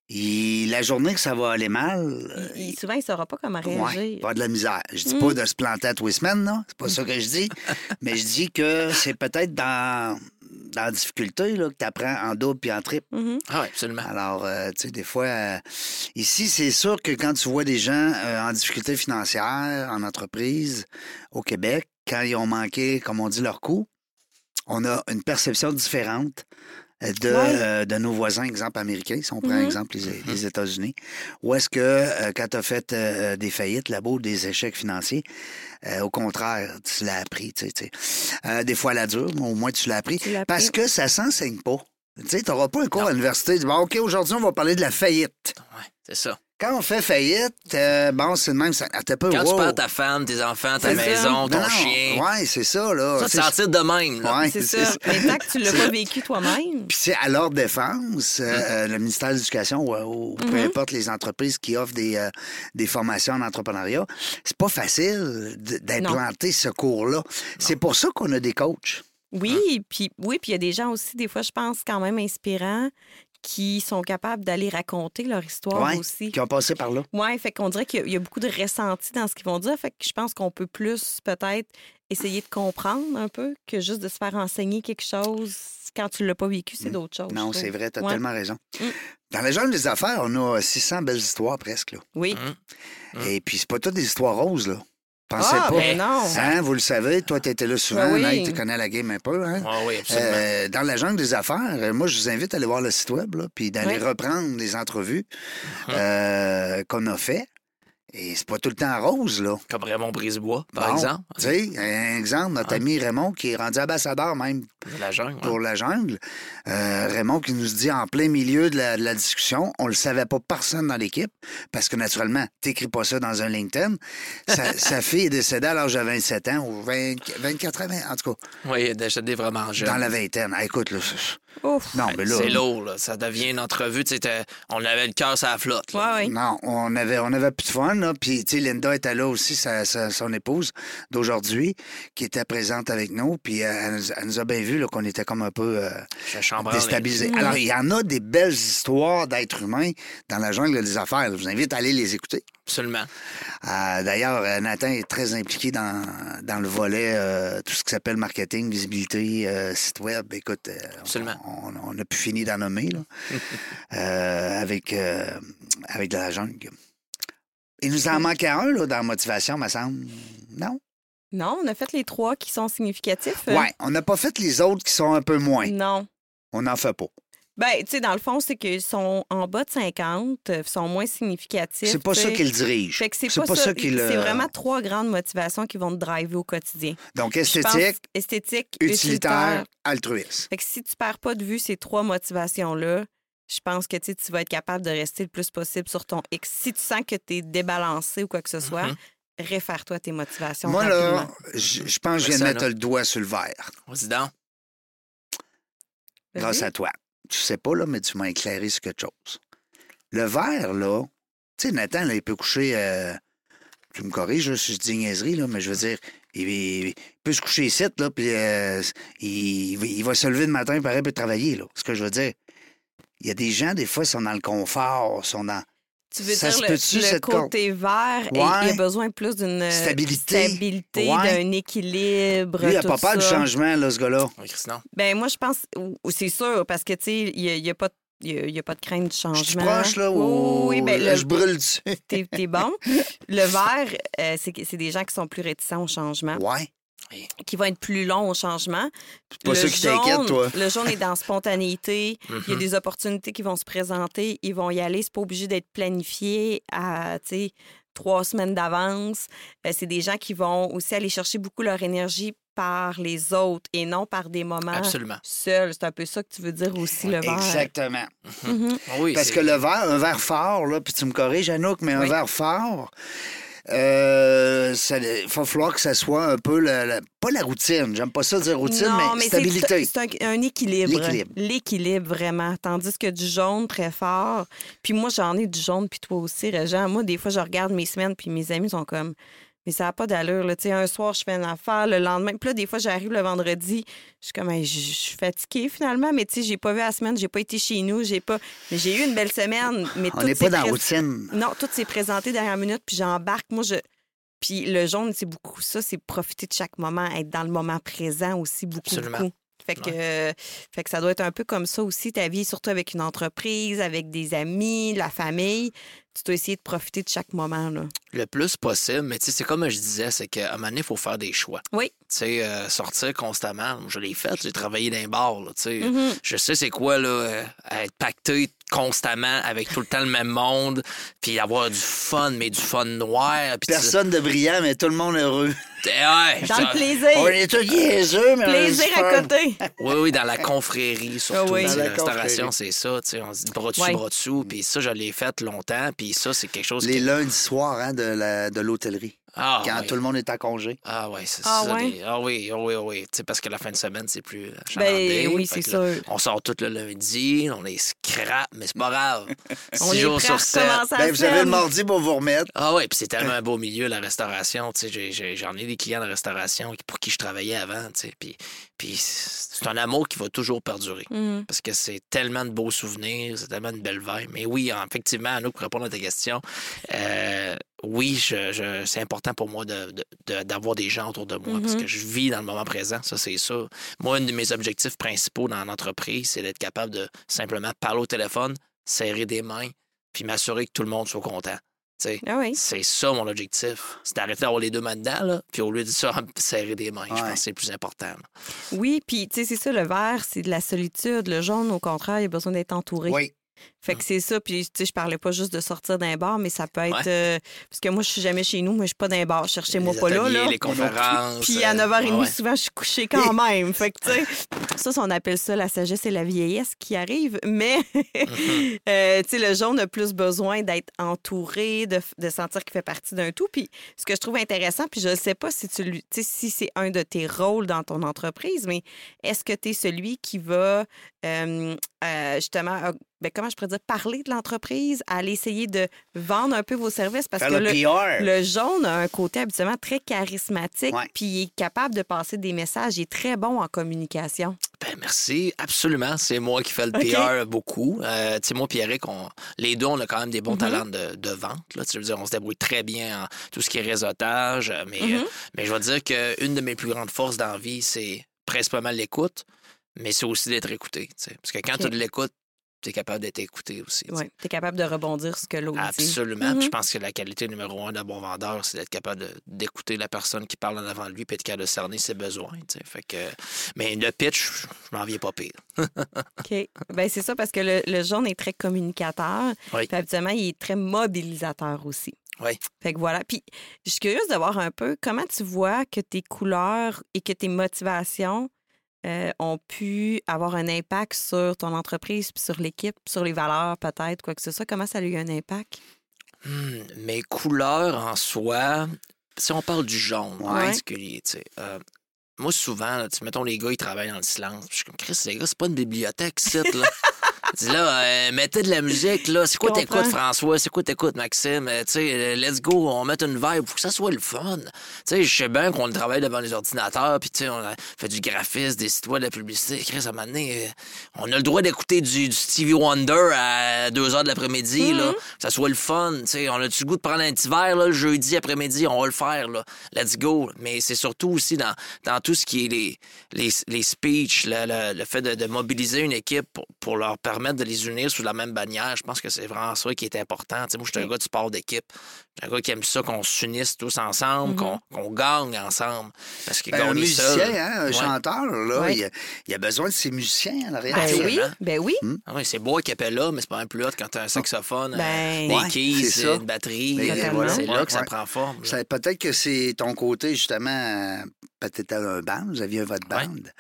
[SPEAKER 1] il- la journée que ça va aller mal, euh,
[SPEAKER 2] Il- il- souvent, il ne saura pas comment
[SPEAKER 1] ouais, il
[SPEAKER 2] réagir.
[SPEAKER 1] va avoir de la misère. Je dis
[SPEAKER 2] Mm.
[SPEAKER 1] pas de se planter à tous les semaines, là, c'est pas ça que je dis, mais je dis que c'est peut-être dans, dans la difficulté là, que tu apprends en double puis en triple.
[SPEAKER 2] Mhm.
[SPEAKER 3] Ah, ouais, absolument.
[SPEAKER 1] Alors, euh, tu sais, des fois, euh, ici, c'est sûr que quand tu vois des gens euh, en difficulté financière, en entreprise, au Québec, quand ils ont manqué, comme on dit, leur coût, on a une perception différente euh, de,
[SPEAKER 2] Ouais.
[SPEAKER 1] euh, de nos voisins, exemple américains, si on prend
[SPEAKER 2] Mhm.
[SPEAKER 1] exemple les, les États-Unis, où est-ce que euh, quand tu as fait euh, des faillites là-bas ou des échecs financiers, euh, au contraire, tu l'as appris, tu sais, tu sais. Euh, des fois à la dure, mais au moins tu l'as appris.
[SPEAKER 2] Tu l'as
[SPEAKER 1] Parce
[SPEAKER 2] appris.
[SPEAKER 1] que ça s'enseigne pas. Tu sais, t'auras pas un cours à l'université. dis, Bon, OK, aujourd'hui, on va parler de la faillite.
[SPEAKER 3] Ouais, c'est ça.
[SPEAKER 1] Quand on fait faillite, euh, bon, c'est le même. Ça... Ah, t'as pas
[SPEAKER 3] Quand tu perds ta femme, tes enfants, ta
[SPEAKER 1] C'est
[SPEAKER 2] ça.
[SPEAKER 3] maison, ton
[SPEAKER 1] Non, non,
[SPEAKER 3] chien,
[SPEAKER 1] Ouais, c'est ça, là.
[SPEAKER 3] ça, te
[SPEAKER 1] C'est-
[SPEAKER 3] sentir de même. là.
[SPEAKER 1] Ouais,
[SPEAKER 2] C'est ça. Mais tant que tu ne l'as pas vécu toi-même,
[SPEAKER 1] Puis c'est à leur défense,
[SPEAKER 3] Mm.
[SPEAKER 1] euh, euh, le ministère de l'Éducation ou, ou peu
[SPEAKER 2] Mm-hmm.
[SPEAKER 1] importe les entreprises qui offrent des, euh, des formations en entrepreneuriat, c'est pas facile d- d'implanter ce cours-là. C'est pour ça qu'on a des coachs.
[SPEAKER 2] oui, puis oui, puis il y a des gens aussi, des fois, je pense, quand même inspirants, qui sont capables d'aller raconter leur histoire
[SPEAKER 1] ouais,
[SPEAKER 2] aussi.
[SPEAKER 1] qui ont passé par là.
[SPEAKER 2] Oui, fait qu'on dirait qu'il y a- il y, a beaucoup de ressenti dans ce qu'ils vont dire. Fait que je pense qu'on peut plus peut-être essayer de comprendre un peu que juste de se faire enseigner quelque chose quand tu l'as pas vécu, Oh, c'est d'autres choses.
[SPEAKER 1] Mmh. Non,
[SPEAKER 2] je
[SPEAKER 1] c'est
[SPEAKER 2] trouve.
[SPEAKER 1] vrai, tu as
[SPEAKER 2] Ouais.
[SPEAKER 1] tellement raison.
[SPEAKER 2] Mm.
[SPEAKER 1] Dans les jeunes des affaires, on a 600 belles histoires presque. Là.
[SPEAKER 2] Oui.
[SPEAKER 3] Mm.
[SPEAKER 1] Et puis, c'est pas toutes des histoires roses. là. Pensez
[SPEAKER 2] ah,
[SPEAKER 1] pas.
[SPEAKER 2] ben non.
[SPEAKER 1] Hein, vous le savez, toi, tu étais là souvent,
[SPEAKER 2] Ben oui.
[SPEAKER 1] Hey, tu connais la game un peu. Hein?
[SPEAKER 3] Ouais, oui, absolument.
[SPEAKER 1] Euh, dans la jungle des affaires, euh, moi, je vous invite à aller voir le site web, là, puis d'aller
[SPEAKER 2] Ouais.
[SPEAKER 1] reprendre les entrevues
[SPEAKER 3] Mm-hmm.
[SPEAKER 1] euh, qu'on a fait. Et c'est pas tout le temps rose, là.
[SPEAKER 3] Comme Raymond Brisebois, par
[SPEAKER 1] Bon,
[SPEAKER 3] exemple.
[SPEAKER 1] Tu sais, un exemple, notre ami Raymond, qui est rendu ambassadeur même
[SPEAKER 3] La jungle. ouais.
[SPEAKER 1] pour la jungle. Euh, Raymond qui nous dit en plein milieu de la, de la discussion, on le savait pas personne dans l'équipe, parce que naturellement, t'écris pas ça dans un LinkedIn. Sa, sa fille est décédée à l'âge de 27 ans, ou 20 24 ans, en tout cas,
[SPEAKER 3] Oui, d'acheter vraiment jeune.
[SPEAKER 1] dans la vingtaine. Ah, écoute, là, c'est-
[SPEAKER 2] Ouf.
[SPEAKER 1] non, mais là...
[SPEAKER 3] C'est lourd, là. Ça devient une entrevue. Tu sais, t'as- on avait le cœur sur la flotte.
[SPEAKER 2] Ouais,
[SPEAKER 3] là.
[SPEAKER 2] ouais.
[SPEAKER 1] Non, on avait, on avait plus de fun, là. Puis, tu sais, Linda était là aussi, sa- sa- son épouse d'aujourd'hui, qui était présente avec nous. Puis, euh, elle, nous- elle nous a bien vu, là, qu'on était comme un peu... euh,
[SPEAKER 3] Je chambranle.
[SPEAKER 1] déstabilisé. Alors, il y en a des belles histoires d'êtres humains dans la jungle des affaires. Je vous invite à aller les écouter.
[SPEAKER 3] Absolument.
[SPEAKER 1] Euh, D'ailleurs, euh, Nathan est très impliqué dans, dans le volet, euh, tout ce qui s'appelle marketing, visibilité, euh, site web. Écoute, euh,
[SPEAKER 3] Absolument.
[SPEAKER 1] on on a pu finir d'en nommer là, euh, avec, euh, avec de la jungle. Il nous en manquait un là, dans Motivation, me semble. Non?
[SPEAKER 2] Non, on a fait les trois qui sont significatifs. euh.
[SPEAKER 1] Ouais, on n'a pas fait les autres qui sont un peu moins.
[SPEAKER 2] Non.
[SPEAKER 1] On n'en fait pas.
[SPEAKER 2] Ben, tu sais, dans le fond, c'est qu'ils sont en bas de 50, euh, sont moins significatifs.
[SPEAKER 1] C'est pas
[SPEAKER 2] tu
[SPEAKER 1] ça
[SPEAKER 2] sais.
[SPEAKER 1] qui le dirige.
[SPEAKER 2] Fait que c'est
[SPEAKER 1] C'est
[SPEAKER 2] pas,
[SPEAKER 1] pas
[SPEAKER 2] ça.
[SPEAKER 1] ça qui le-
[SPEAKER 2] C'est vraiment trois grandes motivations qui vont te driver au quotidien.
[SPEAKER 1] Donc,
[SPEAKER 2] Je pense
[SPEAKER 1] esthétique,
[SPEAKER 2] esthétique,
[SPEAKER 1] utilitaire, altruiste.
[SPEAKER 2] Fait que si tu perds pas de vue ces trois motivations-là, je pense que tu sais, tu vas être capable de rester le plus possible sur ton X. Si tu sens que tu es débalancé ou quoi que ce soit, réfère-toi à tes motivations.
[SPEAKER 1] Mm-hmm. Moi, là,
[SPEAKER 2] rapidement.
[SPEAKER 1] je je pense que je viens
[SPEAKER 3] Ouais,
[SPEAKER 1] de
[SPEAKER 3] ça,
[SPEAKER 1] mettre
[SPEAKER 3] là.
[SPEAKER 1] le doigt sur le verre
[SPEAKER 3] Vas-y donc.
[SPEAKER 2] Vas-y.
[SPEAKER 1] grâce à toi. Tu sais pas, là, mais tu m'as éclairé sur quelque chose. Le verre, là, tu sais, Nathan, là, il peut coucher. euh, tu me corriges, là, si je dis niaiserie, là, mais je veux dire, il, il peut se coucher ici, là, puis euh, il, il va- il va se lever le matin, pareil, peut travailler, là. Ce que je veux dire. Il y a des gens, des fois, sont dans le confort, sont dans.
[SPEAKER 2] Tu veux
[SPEAKER 1] ça
[SPEAKER 2] dire
[SPEAKER 1] se
[SPEAKER 2] le,
[SPEAKER 1] peut-tu,
[SPEAKER 2] le
[SPEAKER 1] cette
[SPEAKER 2] côté vert, et il y a
[SPEAKER 1] Ouais.
[SPEAKER 2] besoin plus d'une euh,
[SPEAKER 1] Stabilité.
[SPEAKER 2] stabilité,
[SPEAKER 1] Ouais.
[SPEAKER 2] d'un équilibre.
[SPEAKER 1] Lui, il a
[SPEAKER 2] tout
[SPEAKER 1] pas peur du
[SPEAKER 2] ça.
[SPEAKER 1] changement, là, ce gars-là.
[SPEAKER 3] Oui, Chris, non.
[SPEAKER 2] Ben, moi, je pense, ou- ou c'est sûr, parce que, tu sais, il n'y a, il y a pas de- il y a- il y a pas de crainte du
[SPEAKER 1] Je suis
[SPEAKER 2] changement.
[SPEAKER 1] proche, là, ou
[SPEAKER 2] Oui, oui, ben, le-
[SPEAKER 1] je brûle dessus.
[SPEAKER 2] t'es, t'es bon. Le vert, euh, c'est, que- c'est des gens qui sont plus réticents au changement,
[SPEAKER 1] Ouais.
[SPEAKER 2] qui vont être plus longs au changement.
[SPEAKER 1] pas
[SPEAKER 2] Le
[SPEAKER 1] ça qui t'inquiète,
[SPEAKER 2] jaune,
[SPEAKER 1] toi.
[SPEAKER 2] Le jaune est dans spontanéité.
[SPEAKER 3] Mhm.
[SPEAKER 2] Il y
[SPEAKER 3] Hum.
[SPEAKER 2] a des opportunités qui vont se présenter. Ils vont y aller. C'est pas obligé d'être planifié à, tu sais, trois semaines d'avance. Euh, c'est des gens qui vont aussi aller chercher beaucoup leur énergie par les autres et non par des moments
[SPEAKER 3] Absolument.
[SPEAKER 2] seuls. C'est un peu ça que tu veux dire aussi, le vert.
[SPEAKER 1] Exactement.
[SPEAKER 2] Mhm.
[SPEAKER 3] Oui,
[SPEAKER 1] Parce
[SPEAKER 3] c'est-
[SPEAKER 1] que le verre, un verre fort, là, puis tu me corriges, Anouk, mais un
[SPEAKER 3] Oui.
[SPEAKER 1] verre fort, euh, ça- il va falloir que ça soit un peu, la- la- pas la routine, j'aime pas ça dire routine, mais,
[SPEAKER 2] c'est-
[SPEAKER 1] stabilité.
[SPEAKER 2] C'est un, un équilibre.
[SPEAKER 1] L'équilibre.
[SPEAKER 2] L'équilibre, vraiment. Tandis que du jaune, très fort. Puis moi, j'en ai du jaune, puis toi aussi, Réjean. Moi, des fois, je regarde mes semaines, puis mes amis sont comme. Mais ça n'a pas d'allure. là. Tu sais, un soir, je fais une affaire, le lendemain. Puis là, des fois, j'arrive le vendredi. Je suis comme, Hey, je je suis fatiguée finalement, mais tu sais, j'ai pas vu la semaine, j'ai pas été chez nous, j'ai pas. Mais j'ai eu une belle semaine. Mais
[SPEAKER 1] On
[SPEAKER 2] tout
[SPEAKER 1] n'est pas
[SPEAKER 2] s'est
[SPEAKER 1] dans la
[SPEAKER 2] pré-
[SPEAKER 1] routine.
[SPEAKER 2] non, tout s'est présenté dernière minute, puis j'embarque. Moi, je. Puis le jaune, c'est beaucoup ça, c'est profiter de chaque moment, être dans le moment présent aussi beaucoup.
[SPEAKER 3] Absolument.
[SPEAKER 2] beaucoup. Fait que, euh, fait que ça doit être un peu comme ça aussi, ta vie, surtout avec une entreprise, avec des amis, la famille. Tu dois essayer de profiter de chaque moment. Là.
[SPEAKER 3] le plus possible. Mais tu sais, c'est comme je disais, c'est qu'à un moment donné, il faut faire des choix.
[SPEAKER 2] Oui.
[SPEAKER 3] Tu sais, euh, sortir constamment, je l'ai fait, j'ai travaillé dans les bars, là, tu sais.
[SPEAKER 2] Mhm.
[SPEAKER 3] Je sais c'est quoi, là, euh, être pacté constamment avec tout le temps le même monde, puis avoir du fun, mais du fun noir. Puis tu-
[SPEAKER 1] Personne de brillant, mais tout le monde heureux.
[SPEAKER 3] Eh, ouais,
[SPEAKER 2] Dans
[SPEAKER 3] ça-
[SPEAKER 2] le plaisir.
[SPEAKER 1] On est tous niaiseux, mais on a du
[SPEAKER 2] plaisir
[SPEAKER 1] fun.
[SPEAKER 2] à côté.
[SPEAKER 3] Oui, oui, dans la confrérie, surtout.
[SPEAKER 2] Ah oui.
[SPEAKER 3] tu sais,
[SPEAKER 1] Dans la
[SPEAKER 3] la restauration,
[SPEAKER 1] confrérie.
[SPEAKER 3] c'est ça, tu sais, on se dit bras dessus,
[SPEAKER 2] Ouais.
[SPEAKER 3] bras dessous, puis ça, je l'ai fait longtemps, puis ça, c'est quelque chose
[SPEAKER 1] Les
[SPEAKER 3] qui...
[SPEAKER 1] lundis soirs hein, de la- de l'hôtellerie,
[SPEAKER 3] Ah,
[SPEAKER 1] quand
[SPEAKER 3] oui.
[SPEAKER 1] tout le monde est en congé.
[SPEAKER 3] Ah ouais, c'est
[SPEAKER 2] Ah
[SPEAKER 3] ça.
[SPEAKER 2] ouais?
[SPEAKER 3] des- Ah oui, ah oui, ah oui. Tu sais, parce que la fin de semaine, c'est plus achalandé.
[SPEAKER 2] Ben oui,
[SPEAKER 3] Fait
[SPEAKER 2] c'est
[SPEAKER 3] que là,
[SPEAKER 2] sûr.
[SPEAKER 3] On sort tout le lundi, on est scrap, mais c'est pas grave.
[SPEAKER 2] On
[SPEAKER 3] Six
[SPEAKER 2] est
[SPEAKER 3] jours
[SPEAKER 2] prêt à
[SPEAKER 3] sur sept.
[SPEAKER 2] recommencer à
[SPEAKER 1] Ben, vous avez le
[SPEAKER 2] semaine.
[SPEAKER 1] mardi pour vous remettre.
[SPEAKER 3] Ah ouais, puis c'est tellement un beau milieu, la restauration. Tu sais, j'ai- j'ai- j'en ai des clients de restauration pour qui je travaillais avant, tu sais. Puis, puis c'est un amour qui va toujours perdurer.
[SPEAKER 2] Mhm.
[SPEAKER 3] Parce que c'est tellement de beaux souvenirs, c'est tellement de belles vibes. Mais oui, en- effectivement, Anouk, pour répondre à ta question, euh, oui, je, je- c'est important pour moi de- de- de- d'avoir des gens autour de moi
[SPEAKER 2] Mm-hmm.
[SPEAKER 3] parce que je vis dans le moment présent, ça c'est sûr. Moi, un de mes objectifs principaux dans l'entreprise, c'est d'être capable de simplement parler au téléphone, serrer des mains, puis m'assurer que tout le monde soit content. Tu sais,
[SPEAKER 2] Ah oui.
[SPEAKER 3] C'est ça mon objectif. C'est d'arrêter d'avoir les deux mains dedans, là, puis au lieu de ça, serrer des mains. Je
[SPEAKER 1] Ouais.
[SPEAKER 3] pense que c'est le plus important. là.
[SPEAKER 2] Oui, puis tu sais, c'est ça, le vert, c'est de la solitude. Le jaune, au contraire, il a besoin d'être entouré.
[SPEAKER 1] Oui.
[SPEAKER 2] Fait que c'est ça. Puis, tu sais, je parlais pas juste de sortir d'un bar, mais ça peut être.
[SPEAKER 3] Ah. Ouais.
[SPEAKER 2] euh, parce que moi, je suis jamais chez nous. Moi, je suis pas d'un bar. Cherchez-moi
[SPEAKER 3] Les
[SPEAKER 2] pas là.
[SPEAKER 3] ateliers,
[SPEAKER 2] là.
[SPEAKER 3] Les conférences.
[SPEAKER 2] Puis, à
[SPEAKER 3] euh,
[SPEAKER 2] 9h30,
[SPEAKER 3] ouais, ouais.
[SPEAKER 2] souvent, je suis couchée quand même. Fait que, tu sais, ça, ça, on appelle ça la sagesse et la vieillesse qui arrive. Mais, euh, tu sais, le jaune a plus besoin d'être entouré, de, de sentir qu'il fait partie d'un tout. Puis, ce que je trouve intéressant, puis je ne sais pas si tu lui- tu sais, si c'est un de tes rôles dans ton entreprise, mais est-ce que tu es celui qui va euh, euh, justement, euh, ben, comment je pourrais dire, parler de l'entreprise, aller essayer de vendre un peu vos services? Parce
[SPEAKER 1] Faire
[SPEAKER 2] que
[SPEAKER 1] le PR.
[SPEAKER 3] Euh,
[SPEAKER 2] le jaune a un côté habituellement très charismatique,
[SPEAKER 1] Ouais.
[SPEAKER 2] puis il est capable de passer des messages. Il est très bon en communication.
[SPEAKER 3] Ben, merci, absolument. C'est moi qui fais le
[SPEAKER 2] OK.
[SPEAKER 3] PR beaucoup. Euh, tu sais, moi, Pierrick, on, les deux, on a quand même des
[SPEAKER 2] Mm-hmm.
[SPEAKER 3] bons talents de, de vente. Là. Tu sais, je veux dire, on se débrouille très bien en tout ce qui est réseautage. euh, Mais,
[SPEAKER 2] Mm-hmm.
[SPEAKER 3] euh, mais je vais dire qu'une de mes plus grandes forces dans la vie, c'est principalement l'écoute, mais c'est aussi d'être écouté. tu sais. Parce que quand
[SPEAKER 2] OK.
[SPEAKER 3] tu as de l'écoute, tu es capable d'être écouté aussi. tu sais.
[SPEAKER 2] Ouais. Tu es capable de rebondir sur ce que l'autre dit.
[SPEAKER 3] Absolument.
[SPEAKER 2] Mhm.
[SPEAKER 3] Puis Je pense que la qualité numéro un d'un bon vendeur, c'est d'être capable de- d'écouter la personne qui parle en avant de lui et être capable de cerner ses besoins. tu sais. Fait que, mais le pitch, je m'en viens pas pire.
[SPEAKER 2] OK. Ben, c'est ça, parce que le, le jaune est très communicateur.
[SPEAKER 3] Oui.
[SPEAKER 2] Puis habituellement, il est très mobilisateur aussi.
[SPEAKER 3] Oui.
[SPEAKER 2] Fait que voilà. Puis, je suis curieuse de voir un peu comment tu vois que tes couleurs et que tes motivations euh, ont pu avoir un impact sur ton entreprise, puis sur l'équipe, puis sur les valeurs peut-être, quoi que ce soit. Comment ça a eu un impact?
[SPEAKER 3] Hmm, mes couleurs en soi, si on parle du jaune en
[SPEAKER 2] Ouais.
[SPEAKER 3] particulier, tu sais, euh, moi souvent, là, tu sais, mettons les gars, ils travaillent dans le silence. Je suis comme, Chris, les gars, c'est pas une bibliothèque, site, là. Je dis, là, euh, mettez de la musique, là. C'est quoi
[SPEAKER 2] Je comprends.
[SPEAKER 3] t'écoutes, François? C'est quoi t'écoutes, Maxime? Euh, tu sais, euh, let's go, on met une vibe. Faut que ça soit le fun. Tu sais, je sais bien qu'on travaille devant les ordinateurs, puis tu sais, on a fait du graphisme, des sites web, de la publicité. Chris, à un moment donné, euh, on a le droit d'écouter du, du Stevie Wonder à 2 h de l'après-midi, là.
[SPEAKER 1] Mhm.
[SPEAKER 3] Que ça soit le fun, tu sais. On a-tu le goût de prendre un petit verre, là, le jeudi après-midi? On va le faire, là. Let's go. Mais c'est surtout aussi dans, dans tout ce qui est les, les, les speeches, le, le- le fait de, de mobiliser une équipe pour, pour leur permettre de les unir sous la même bannière. Je pense que c'est vraiment ça qui est important. Tu sais, moi, je suis un gars du sport d'équipe. Je suis un gars qui aime ça, qu'on s'unisse tous ensemble, qu'on- qu'on gagne ensemble. Parce que
[SPEAKER 1] Mhm. Ben, un
[SPEAKER 3] gagner
[SPEAKER 1] musicien,
[SPEAKER 3] seul-
[SPEAKER 1] hein, un
[SPEAKER 3] Ouais.
[SPEAKER 1] chanteur, là,
[SPEAKER 2] Ouais.
[SPEAKER 1] il, a, il a besoin de ses musiciens en arrière.
[SPEAKER 2] Ben oui,
[SPEAKER 3] Absolument.
[SPEAKER 2] ben oui.
[SPEAKER 3] Ah oui, c'est beau à capella, mais c'est pas un plus hot quand t'as un saxophone,
[SPEAKER 2] Ben-
[SPEAKER 3] euh,
[SPEAKER 1] Ouais,
[SPEAKER 3] des keys,
[SPEAKER 1] c'est ça.
[SPEAKER 3] une batterie.
[SPEAKER 1] Ben,
[SPEAKER 3] euh,
[SPEAKER 2] voilà.
[SPEAKER 3] C'est là que ça
[SPEAKER 1] Ouais.
[SPEAKER 3] prend forme. là.
[SPEAKER 1] Ça- Peut-être que c'est ton côté, justement, euh, peut-être à un band, vous aviez votre
[SPEAKER 3] Ouais.
[SPEAKER 1] bande.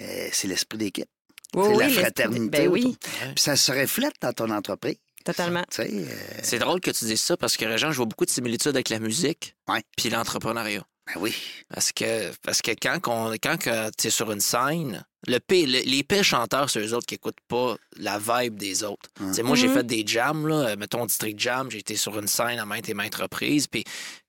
[SPEAKER 1] Euh, c'est l'esprit d'équipe.
[SPEAKER 2] Oui,
[SPEAKER 1] c'est
[SPEAKER 2] oui,
[SPEAKER 1] la
[SPEAKER 2] l'esprit-
[SPEAKER 1] fraternité.
[SPEAKER 2] Ben oui.
[SPEAKER 1] autour. Puis ça se reflète dans ton entreprise.
[SPEAKER 2] totalement.
[SPEAKER 1] Tu sais, euh,
[SPEAKER 3] C'est drôle que tu dises ça parce que, Réjean, je vois beaucoup de similitudes avec la musique
[SPEAKER 1] Ouais.
[SPEAKER 3] puis l'entrepreneuriat.
[SPEAKER 1] ben oui.
[SPEAKER 3] Parce que, parce que quand, qu'on- quand tu es sur une scène, le pire- le- les pires chanteurs, c'est eux autres qui n'écoutent pas la vibe des autres.
[SPEAKER 1] Hein.
[SPEAKER 3] Tu sais, Moi, j'ai
[SPEAKER 2] Mhm.
[SPEAKER 3] fait des jams, là, euh, mettons District Jam, j'ai été sur une scène à maintes et maintes reprises. Puis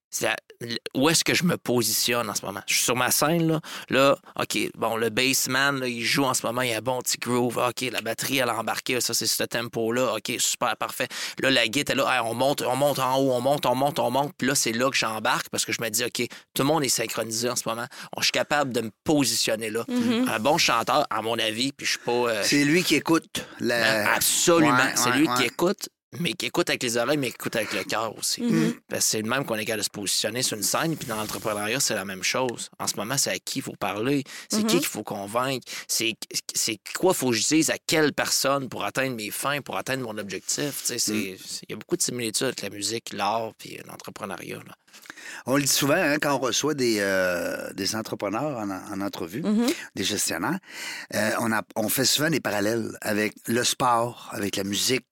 [SPEAKER 3] c'est la- l- où est-ce que je me positionne en ce moment? Je suis sur ma scène, là. Là, OK, bon, le bassman, là, il joue en ce moment, il a un bon petit groove. Ah, OK, la batterie, elle a embarqué, ça, c'est ce tempo-là. OK, super, parfait. Là, la guitare, là, hey, on monte, on monte en haut, on monte, on monte, on monte. Puis là, c'est là que j'embarque parce que je me dis, OK, tout le monde est synchronisé en ce moment. Je suis capable de me positionner là. Un bon chanteur, à mon avis, puis je suis pas... euh,
[SPEAKER 1] Mm-hmm.
[SPEAKER 3] Ah,
[SPEAKER 1] C'est lui qui écoute. La...
[SPEAKER 3] Absolument.
[SPEAKER 1] ouais,
[SPEAKER 3] c'est
[SPEAKER 1] ouais,
[SPEAKER 3] lui
[SPEAKER 1] ouais.
[SPEAKER 3] qui écoute, mais qui écoute avec les oreilles, mais qui écoute avec le cœur aussi.
[SPEAKER 1] Mm.
[SPEAKER 2] Mm-hmm,
[SPEAKER 3] Parce que Ben, c'est le même qu'on est capable de se positionner sur une scène, puis dans l'entrepreneuriat, c'est la même chose. En ce moment, c'est à qui il faut parler, c'est
[SPEAKER 1] Mhm.
[SPEAKER 3] qui qu'il faut convaincre, c'est c'est quoi faut que je dise à quelle personne pour atteindre mes fins, pour atteindre mon objectif. Tu sais, c'est-
[SPEAKER 1] Mm.
[SPEAKER 3] c'est- Il y a beaucoup de similitudes avec la musique, l'art, puis l'entrepreneuriat. là. ah.
[SPEAKER 1] On le dit souvent hein, quand on reçoit des, euh, des entrepreneurs en, en entrevue,
[SPEAKER 3] Mm.
[SPEAKER 2] mm-hmm,
[SPEAKER 1] des gestionnaires, euh, on, a- on fait souvent des parallèles avec le sport, avec la musique,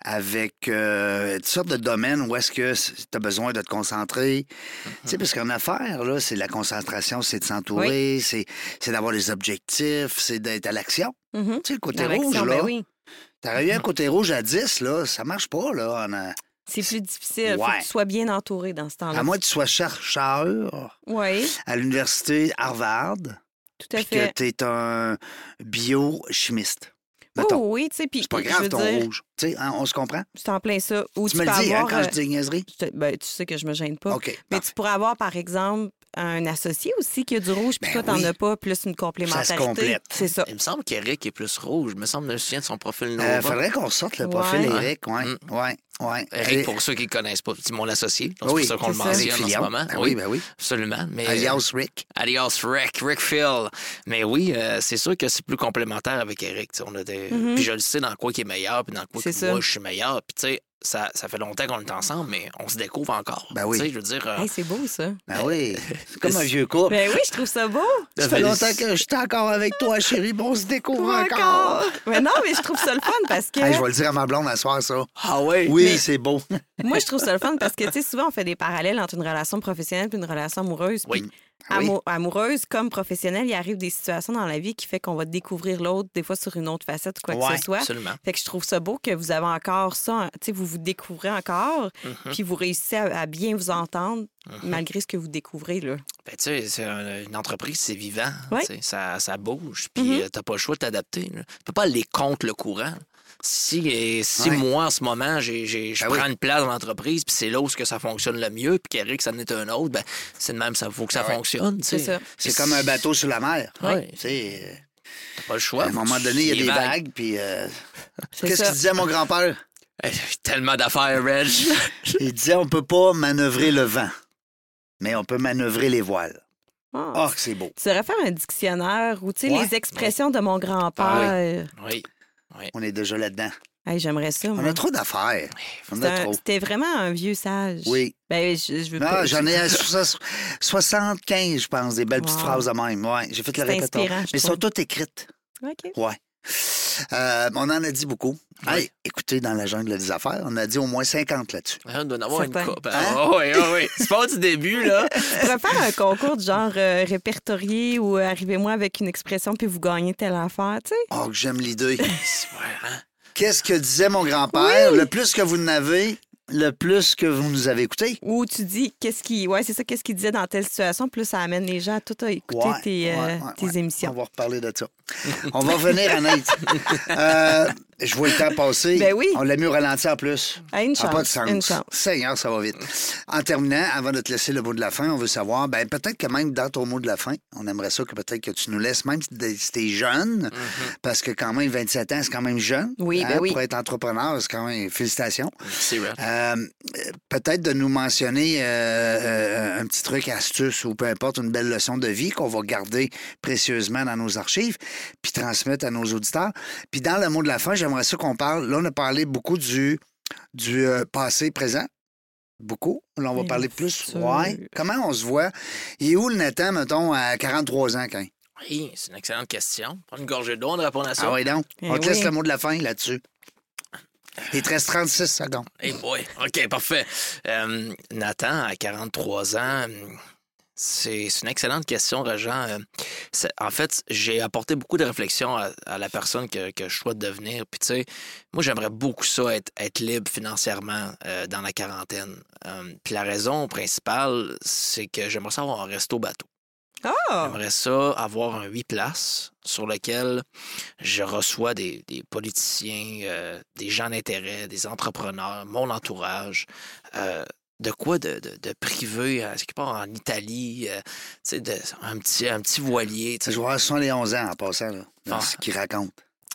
[SPEAKER 1] avec euh, toutes sortes de domaines où est-ce que tu as besoin de te concentrer. Tu sais, parce qu'en affaires, là, c'est la concentration, c'est de s'entourer, c'est c'est d'avoir des objectifs, c'est d'être à l'action.
[SPEAKER 2] Mhm.
[SPEAKER 1] Tu sais, le côté
[SPEAKER 2] Dans l'action,
[SPEAKER 1] rouge, là.
[SPEAKER 2] ben oui.
[SPEAKER 1] T'aurais eu un côté rouge à 10, là, ça marche pas, là. en, euh,
[SPEAKER 2] C'est plus difficile. Faut
[SPEAKER 1] Ouais.
[SPEAKER 2] que tu sois bien entouré dans ce
[SPEAKER 1] à
[SPEAKER 2] temps-là.
[SPEAKER 1] moins que tu sois chercheur
[SPEAKER 2] Oui,
[SPEAKER 1] à l'université Harvard,
[SPEAKER 2] tout à
[SPEAKER 1] puis que
[SPEAKER 2] fait.
[SPEAKER 1] tu es un biochimiste.
[SPEAKER 2] Oui,
[SPEAKER 1] Mettons.
[SPEAKER 2] oui, tu sais, puis
[SPEAKER 1] C'est pas
[SPEAKER 2] Oh! je
[SPEAKER 1] grave
[SPEAKER 2] veux
[SPEAKER 1] ton
[SPEAKER 2] dire,
[SPEAKER 1] rouge. Tu sais, hein, on se comprend?
[SPEAKER 2] c'est en plein ça. Ou
[SPEAKER 1] Tu
[SPEAKER 2] tu
[SPEAKER 1] me
[SPEAKER 2] peux
[SPEAKER 1] le dis hein,
[SPEAKER 2] avoir...
[SPEAKER 1] quand je
[SPEAKER 2] euh,
[SPEAKER 1] dis niaiserie?
[SPEAKER 2] je te- ben, tu sais que je me gêne pas.
[SPEAKER 1] OK.
[SPEAKER 2] Mais
[SPEAKER 1] parfait.
[SPEAKER 2] tu pourrais avoir, par exemple, un associé aussi qui a du rouge, puis
[SPEAKER 1] Ben
[SPEAKER 2] toi, t'en
[SPEAKER 1] oui.
[SPEAKER 2] as pas, plus une complémentarité.
[SPEAKER 1] complète.
[SPEAKER 2] C'est ça.
[SPEAKER 3] Il me semble qu'Eric est plus rouge. Il me semble que je me souviens de son profil Nova.
[SPEAKER 1] Euh, faudrait qu'on sorte le profil
[SPEAKER 2] Ouais.
[SPEAKER 1] Eric, ouais.
[SPEAKER 3] Mm.
[SPEAKER 1] Ouais, ouais.
[SPEAKER 3] Eric, pour ceux qui ne connaissent pas, c'est mon associé. donc C'est
[SPEAKER 1] Oui,
[SPEAKER 3] pour ça qu'on le
[SPEAKER 2] c'est ça. Eric
[SPEAKER 3] mentionne en ce
[SPEAKER 1] Fillion.
[SPEAKER 3] moment.
[SPEAKER 1] Ben oui, ben oui.
[SPEAKER 3] Absolument. Mais,
[SPEAKER 1] Alias Rick.
[SPEAKER 3] Adios Rick, Rick Phil. Mais oui, euh, c'est sûr que c'est plus complémentaire avec Eric. tu sais, On a des... Puis je le sais dans quoi qui est meilleur, puis dans quoi
[SPEAKER 2] Mhm. C'est
[SPEAKER 3] que
[SPEAKER 2] ça.
[SPEAKER 3] moi je suis meilleur. Puis tu sais, ça, ça fait longtemps qu'on est ensemble, mais on se découvre encore.
[SPEAKER 1] Ben oui.
[SPEAKER 3] Tu sais, je veux dire, euh,
[SPEAKER 2] Hey, c'est beau, ça.
[SPEAKER 1] Ben oui. C'est comme un vieux couple.
[SPEAKER 2] Ben oui, je trouve ça beau.
[SPEAKER 1] Ça fait longtemps que je suis encore avec toi, chérie, mais on se découvre
[SPEAKER 2] Pas
[SPEAKER 1] encore.
[SPEAKER 2] Mais non, mais je trouve ça le fun parce que
[SPEAKER 1] Hey, je vais le dire à ma blonde à soir, ça.
[SPEAKER 3] Ah ouais.
[SPEAKER 1] Oui, c'est beau.
[SPEAKER 2] moi, je trouve ça le fun parce que, tu sais, souvent, on fait des parallèles entre une relation professionnelle et une relation amoureuse. Puis
[SPEAKER 3] Oui.
[SPEAKER 1] Ah oui.
[SPEAKER 2] amou- amoureuse comme professionnelle, il arrive des situations dans la vie qui fait qu'on va découvrir l'autre, des fois sur une autre facette ou quoi
[SPEAKER 1] Ouais,
[SPEAKER 2] que ce soit.
[SPEAKER 3] Absolument.
[SPEAKER 2] Fait que je trouve ça beau que vous avez encore ça, hein, tu sais, vous vous découvrez encore,
[SPEAKER 1] Mm-hmm.
[SPEAKER 2] puis vous réussissez à, à bien vous entendre malgré ce que vous découvrez, là.
[SPEAKER 3] Ben, tu sais, c'est un- une entreprise, c'est vivant.
[SPEAKER 2] Ouais. Mm-hmm.
[SPEAKER 3] tu sais, Ça, ça bouge. Puis euh, t'as pas le choix de t'adapter. là. Tu peux pas aller contre le courant. Si, et si
[SPEAKER 1] Ouais.
[SPEAKER 3] moi, en ce moment, j'ai, j'ai- je
[SPEAKER 1] Ben oui.
[SPEAKER 3] prends une place dans l'entreprise, puis c'est là où est-ce que ça fonctionne le mieux, puis qu'Eric, ça en est un autre, ben, c'est de même, ça faut que ça
[SPEAKER 1] Ben ouais.
[SPEAKER 3] fonctionne. tu sais.
[SPEAKER 2] C'est ça.
[SPEAKER 1] C'est comme un bateau sur la mer.
[SPEAKER 3] Ouais.
[SPEAKER 1] Tu sais,
[SPEAKER 3] T'as pas le
[SPEAKER 1] euh,
[SPEAKER 3] choix.
[SPEAKER 1] à un moment donné, il y a des vagues, puis... euh,
[SPEAKER 2] C'est
[SPEAKER 1] Qu'est-ce
[SPEAKER 2] ça.
[SPEAKER 1] qu'il disait mon grand-père?
[SPEAKER 3] Eh, Tellement d'affaires, Reg.
[SPEAKER 1] Il disait on peut pas manœuvrer le vent, mais on peut manœuvrer les voiles.
[SPEAKER 2] Ah.
[SPEAKER 1] Oh, que c'est beau.
[SPEAKER 2] Tu devrais faire un dictionnaire ou, tu sais,
[SPEAKER 1] Ouais.
[SPEAKER 2] les expressions de mon grand-père.
[SPEAKER 3] Ah oui.
[SPEAKER 1] On est déjà là-dedans.
[SPEAKER 2] Hey, J'aimerais ça,
[SPEAKER 1] On
[SPEAKER 2] moi.
[SPEAKER 1] a trop d'affaires. On
[SPEAKER 2] C'est
[SPEAKER 1] a
[SPEAKER 2] un-
[SPEAKER 1] trop.
[SPEAKER 2] C'était vraiment un vieux sage.
[SPEAKER 1] Oui.
[SPEAKER 2] Ben, je, je veux
[SPEAKER 1] Non,
[SPEAKER 2] pas.
[SPEAKER 1] j'en ai à soix- 75, je pense, des belles petites
[SPEAKER 2] Wow.
[SPEAKER 1] phrases de même. Ouais, j'ai fait le
[SPEAKER 2] C'est
[SPEAKER 1] répertoire.
[SPEAKER 2] inspirant,
[SPEAKER 1] Mais
[SPEAKER 2] hein, je
[SPEAKER 1] elles sont
[SPEAKER 2] trouve.
[SPEAKER 1] toutes écrites.
[SPEAKER 2] OK.
[SPEAKER 1] Ouais. Euh, on en a dit beaucoup.
[SPEAKER 3] Oui.
[SPEAKER 1] Hey, écoutez, dans la jungle des affaires, on a dit au moins 50 là-dessus.
[SPEAKER 3] Ah, On doit en avoir une
[SPEAKER 2] Certain.
[SPEAKER 3] coupe. hein. Ah oui, ah oui. C'est pas du début, là.
[SPEAKER 2] Tu pourrais faire un concours de genre euh, répertorié ou euh, arrivez-moi avec une expression puis vous gagnez telle affaire, tu sais.
[SPEAKER 1] Oh, que j'aime l'idée.
[SPEAKER 3] C'est vrai, hein.
[SPEAKER 1] Qu'est-ce que disait mon grand-père? Le plus que vous n'avez, le plus que vous nous avez écouté.
[SPEAKER 2] Ou tu dis qu'est-ce qui. Ouais, c'est ça, qu'est-ce qu'il disait dans telle situation. Puis là, ça amène les gens à tout à écouter
[SPEAKER 1] Ouais,
[SPEAKER 2] tes, euh,
[SPEAKER 1] ouais, ouais,
[SPEAKER 2] tes
[SPEAKER 1] ouais. On
[SPEAKER 2] émissions.
[SPEAKER 1] va reparler de ça. On va revenir à Nate. Euh, je vois le temps passer.
[SPEAKER 2] Ben oui.
[SPEAKER 1] On l'a mis au ralenti en plus.
[SPEAKER 2] Ah, une
[SPEAKER 1] Ça n'a
[SPEAKER 2] chance.
[SPEAKER 1] pas de sens.
[SPEAKER 2] Une chance.
[SPEAKER 1] Seigneur, ça va vite. En terminant, avant de te laisser le mot de la fin, on veut savoir, ben, peut-être que même dans ton mot de la fin, on aimerait ça que peut-être que tu nous laisses, même si t'es- si t'es jeune,
[SPEAKER 3] Mhm.
[SPEAKER 1] parce que quand même, 27 ans, c'est quand même jeune. hein,
[SPEAKER 2] Oui, ben oui.
[SPEAKER 1] Pour être entrepreneur, c'est quand même... Félicitations.
[SPEAKER 3] C'est vrai.
[SPEAKER 1] Euh, peut-être de nous mentionner euh, euh, un petit truc, astuce ou peu importe, une belle leçon de vie qu'on va garder précieusement dans nos archives, puis transmettre à nos auditeurs. Puis dans le mot de la fin, j'aimerais ça qu'on parle. Là, on a parlé beaucoup du, du euh, passé, présent. Beaucoup. Là, on va
[SPEAKER 2] Et
[SPEAKER 1] parler
[SPEAKER 2] le
[SPEAKER 1] plus.
[SPEAKER 2] futur.
[SPEAKER 1] Ouais. Comment on se voit? Il est où le Nathan, mettons, à 43 ans, quand?
[SPEAKER 3] Oui, c'est une excellente question. Prendre une gorgée d'eau, on répond à ça.
[SPEAKER 1] Ah oui, donc.
[SPEAKER 2] Eh
[SPEAKER 1] on te laisse
[SPEAKER 2] oui.
[SPEAKER 1] le mot de la fin là-dessus. Il te reste 36 secondes.
[SPEAKER 3] Eh boy, OK, parfait. Euh, Nathan, à 43 ans, c'est c'est une excellente question, Réjean. Euh, c'est- En fait, j'ai apporté beaucoup de réflexions à, à la personne que, que je souhaite devenir. Puis, tu sais, moi, j'aimerais beaucoup ça, être, être libre financièrement euh, dans la quarantaine. Euh, puis, la raison principale, c'est que j'aimerais ça avoir un resto bateau.
[SPEAKER 2] Ah!
[SPEAKER 3] J'aimerais ça avoir un huit places sur lequel je reçois des, des politiciens, euh, des gens d'intérêt, des entrepreneurs, mon entourage. euh, de quoi de, de, de privé, euh, quelque part en Italie, euh, tu sais, de- un, petit, un petit voilier. tu
[SPEAKER 1] Tu
[SPEAKER 3] sais.
[SPEAKER 1] vas avoir 71 ans en passant, là, dans
[SPEAKER 3] Ah.
[SPEAKER 1] ce qu'il raconte.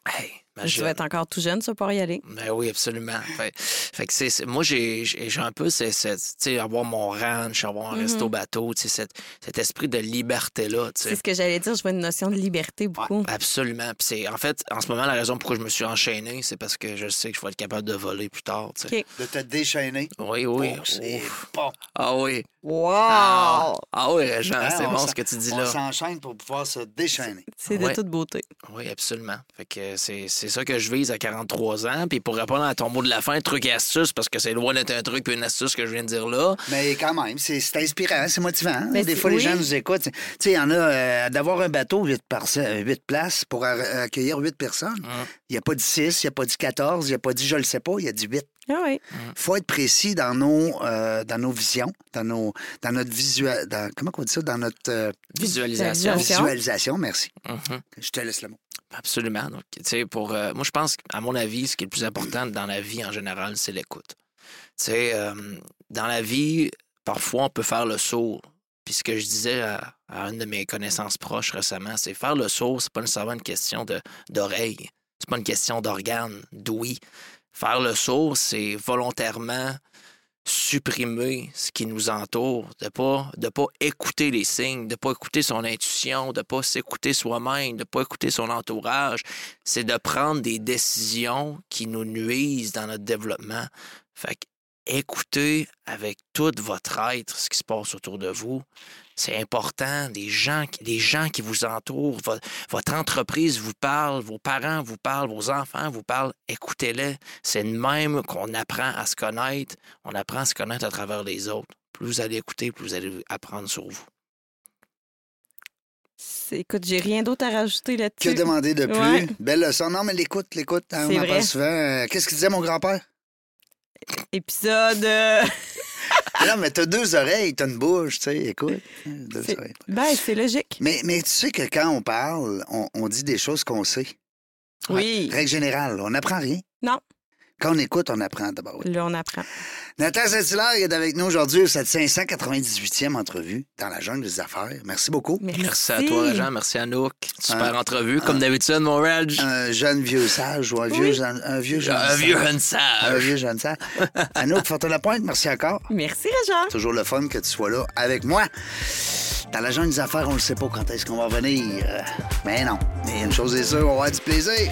[SPEAKER 3] Hey,
[SPEAKER 2] Tu
[SPEAKER 3] imagine.
[SPEAKER 2] vas être encore tout jeune, ça, pour y aller.
[SPEAKER 3] Ben oui, absolument. Fait, fait que c'est, c'est- moi, j'ai, j'ai j'ai un peu, c'est, c'est, tu sais, avoir mon ranch, avoir un
[SPEAKER 2] Mhm.
[SPEAKER 3] resto bateau, tu sais, cet, cet esprit de liberté-là. tu sais.
[SPEAKER 2] C'est ce que j'allais dire. Je vois une notion de liberté beaucoup.
[SPEAKER 3] Absolument. Puis c'est- en fait, en ce moment, la raison pourquoi je me suis enchaîné, c'est parce que je sais que je vais être capable de voler plus tard. tu sais.
[SPEAKER 2] OK.
[SPEAKER 1] De te déchaîner.
[SPEAKER 3] Oui, oui.
[SPEAKER 1] Oh, c'est
[SPEAKER 3] Ouf.
[SPEAKER 1] bon.
[SPEAKER 3] Ah oui.
[SPEAKER 2] Wow!
[SPEAKER 3] Ah, ah oui, Réjean,
[SPEAKER 1] Hein,
[SPEAKER 3] c'est
[SPEAKER 1] on
[SPEAKER 3] bon
[SPEAKER 1] s'en-
[SPEAKER 3] ce que tu dis
[SPEAKER 1] On
[SPEAKER 3] là.
[SPEAKER 1] s'enchaîne pour pouvoir se déchaîner.
[SPEAKER 2] C'est de
[SPEAKER 3] Ouais.
[SPEAKER 2] toute beauté.
[SPEAKER 3] Oui, absolument. Fait que c'est c'est ça que je vise à 43 ans. Puis pour répondre à ton mot de la fin, truc et astuce, parce que c'est loin d'être un truc puis une astuce que je viens de dire là.
[SPEAKER 1] Mais quand même, c'est c'est inspirant, c'est motivant. hein.
[SPEAKER 2] Mais
[SPEAKER 1] Des
[SPEAKER 2] c'est-
[SPEAKER 1] fois, les
[SPEAKER 2] oui.
[SPEAKER 1] gens nous écoutent. Tu sais, il y en a, euh, d'avoir un bateau, 8, places pour a- accueillir 8 personnes.
[SPEAKER 3] Hum.
[SPEAKER 1] Il n'y a pas dit 6, il n'y a pas dit 14, il n'y a pas dit je le sais pas, il y a dit 8.
[SPEAKER 2] Ah oui.
[SPEAKER 3] Hum.
[SPEAKER 1] faut être précis dans nos, euh, dans nos visions, dans, nos, dans notre visuel. Dans, comment on dit ça? Dans notre euh,
[SPEAKER 3] Visualisation.
[SPEAKER 2] Visualisation.
[SPEAKER 1] visualisation, merci.
[SPEAKER 3] Mhm.
[SPEAKER 1] Je te laisse le mot.
[SPEAKER 3] Absolument. Donc, tu sais, pour euh, moi, je pense, à mon avis, ce qui est le plus important dans la vie en général, c'est l'écoute. Tu sais, euh, dans la vie, parfois, on peut faire le saut. Puis ce que je disais à, à une de mes connaissances proches récemment, c'est faire le saut, c'est pas nécessairement une question de- d'oreille, c'est pas une question d'organe, d'ouïe. Faire le saut, c'est volontairement supprimer ce qui nous entoure, de pas de pas écouter les signes, de pas écouter son intuition, de pas s'écouter soi-même, de pas écouter son entourage, c'est de prendre des décisions qui nous nuisent dans notre développement. Fait que écoutez avec tout votre être ce qui se passe autour de vous. C'est important, des gens, qui- les gens qui vous entourent, vo- votre, entreprise vous parle, vos parents vous parlent, vos enfants vous parlent, écoutez-les. C'est de même qu'on apprend à se connaître, on apprend à se connaître à travers les autres. Plus vous allez écouter, plus vous allez apprendre sur vous.
[SPEAKER 2] C'est- Écoute, j'ai rien d'autre à rajouter
[SPEAKER 1] Que
[SPEAKER 2] là-dessus.
[SPEAKER 1] demander de plus?
[SPEAKER 2] Ouais.
[SPEAKER 1] Belle leçon. Non, mais l'écoute, l'écoute. hein,
[SPEAKER 2] C'est
[SPEAKER 1] on en
[SPEAKER 2] vrai.
[SPEAKER 1] parle souvent. Euh, Qu'est-ce qu'il disait mon grand-père?
[SPEAKER 2] Épisode. euh,
[SPEAKER 1] Ah non, mais t'as deux oreilles, t'as une bouche, tu sais, écoute. hein, Deux
[SPEAKER 2] C'est-
[SPEAKER 1] oreilles.
[SPEAKER 2] Ben, c'est logique.
[SPEAKER 1] Mais, mais tu sais que quand on parle, on, on dit des choses qu'on sait.
[SPEAKER 2] Oui.
[SPEAKER 1] Règle générale, on n'apprend rien.
[SPEAKER 2] Non.
[SPEAKER 1] Quand on écoute, on apprend d'abord. oui.
[SPEAKER 2] Là, on apprend.
[SPEAKER 1] Nathan Saint-Hilaire est avec nous aujourd'hui pour cette 598e entrevue dans la jungle des affaires. Merci beaucoup.
[SPEAKER 2] Merci,
[SPEAKER 3] Merci à toi, Jean. Merci à Nook. Super entrevue. Comme d'habitude, mon Reg.
[SPEAKER 1] Un jeune vieux sage ou un vieux jeune, un vieux jeune
[SPEAKER 3] Un
[SPEAKER 1] sage.
[SPEAKER 3] vieux un
[SPEAKER 1] Un
[SPEAKER 3] sage.
[SPEAKER 1] vieux jeune sage. Anouk Fortin-Lapointe, merci encore.
[SPEAKER 2] Merci, Réjean.
[SPEAKER 1] Toujours le fun que tu sois là avec moi. Dans la jungle des affaires, on ne sait pas quand est-ce qu'on va revenir. Euh, Mais non. Mais une chose est sûre, on va avoir du plaisir.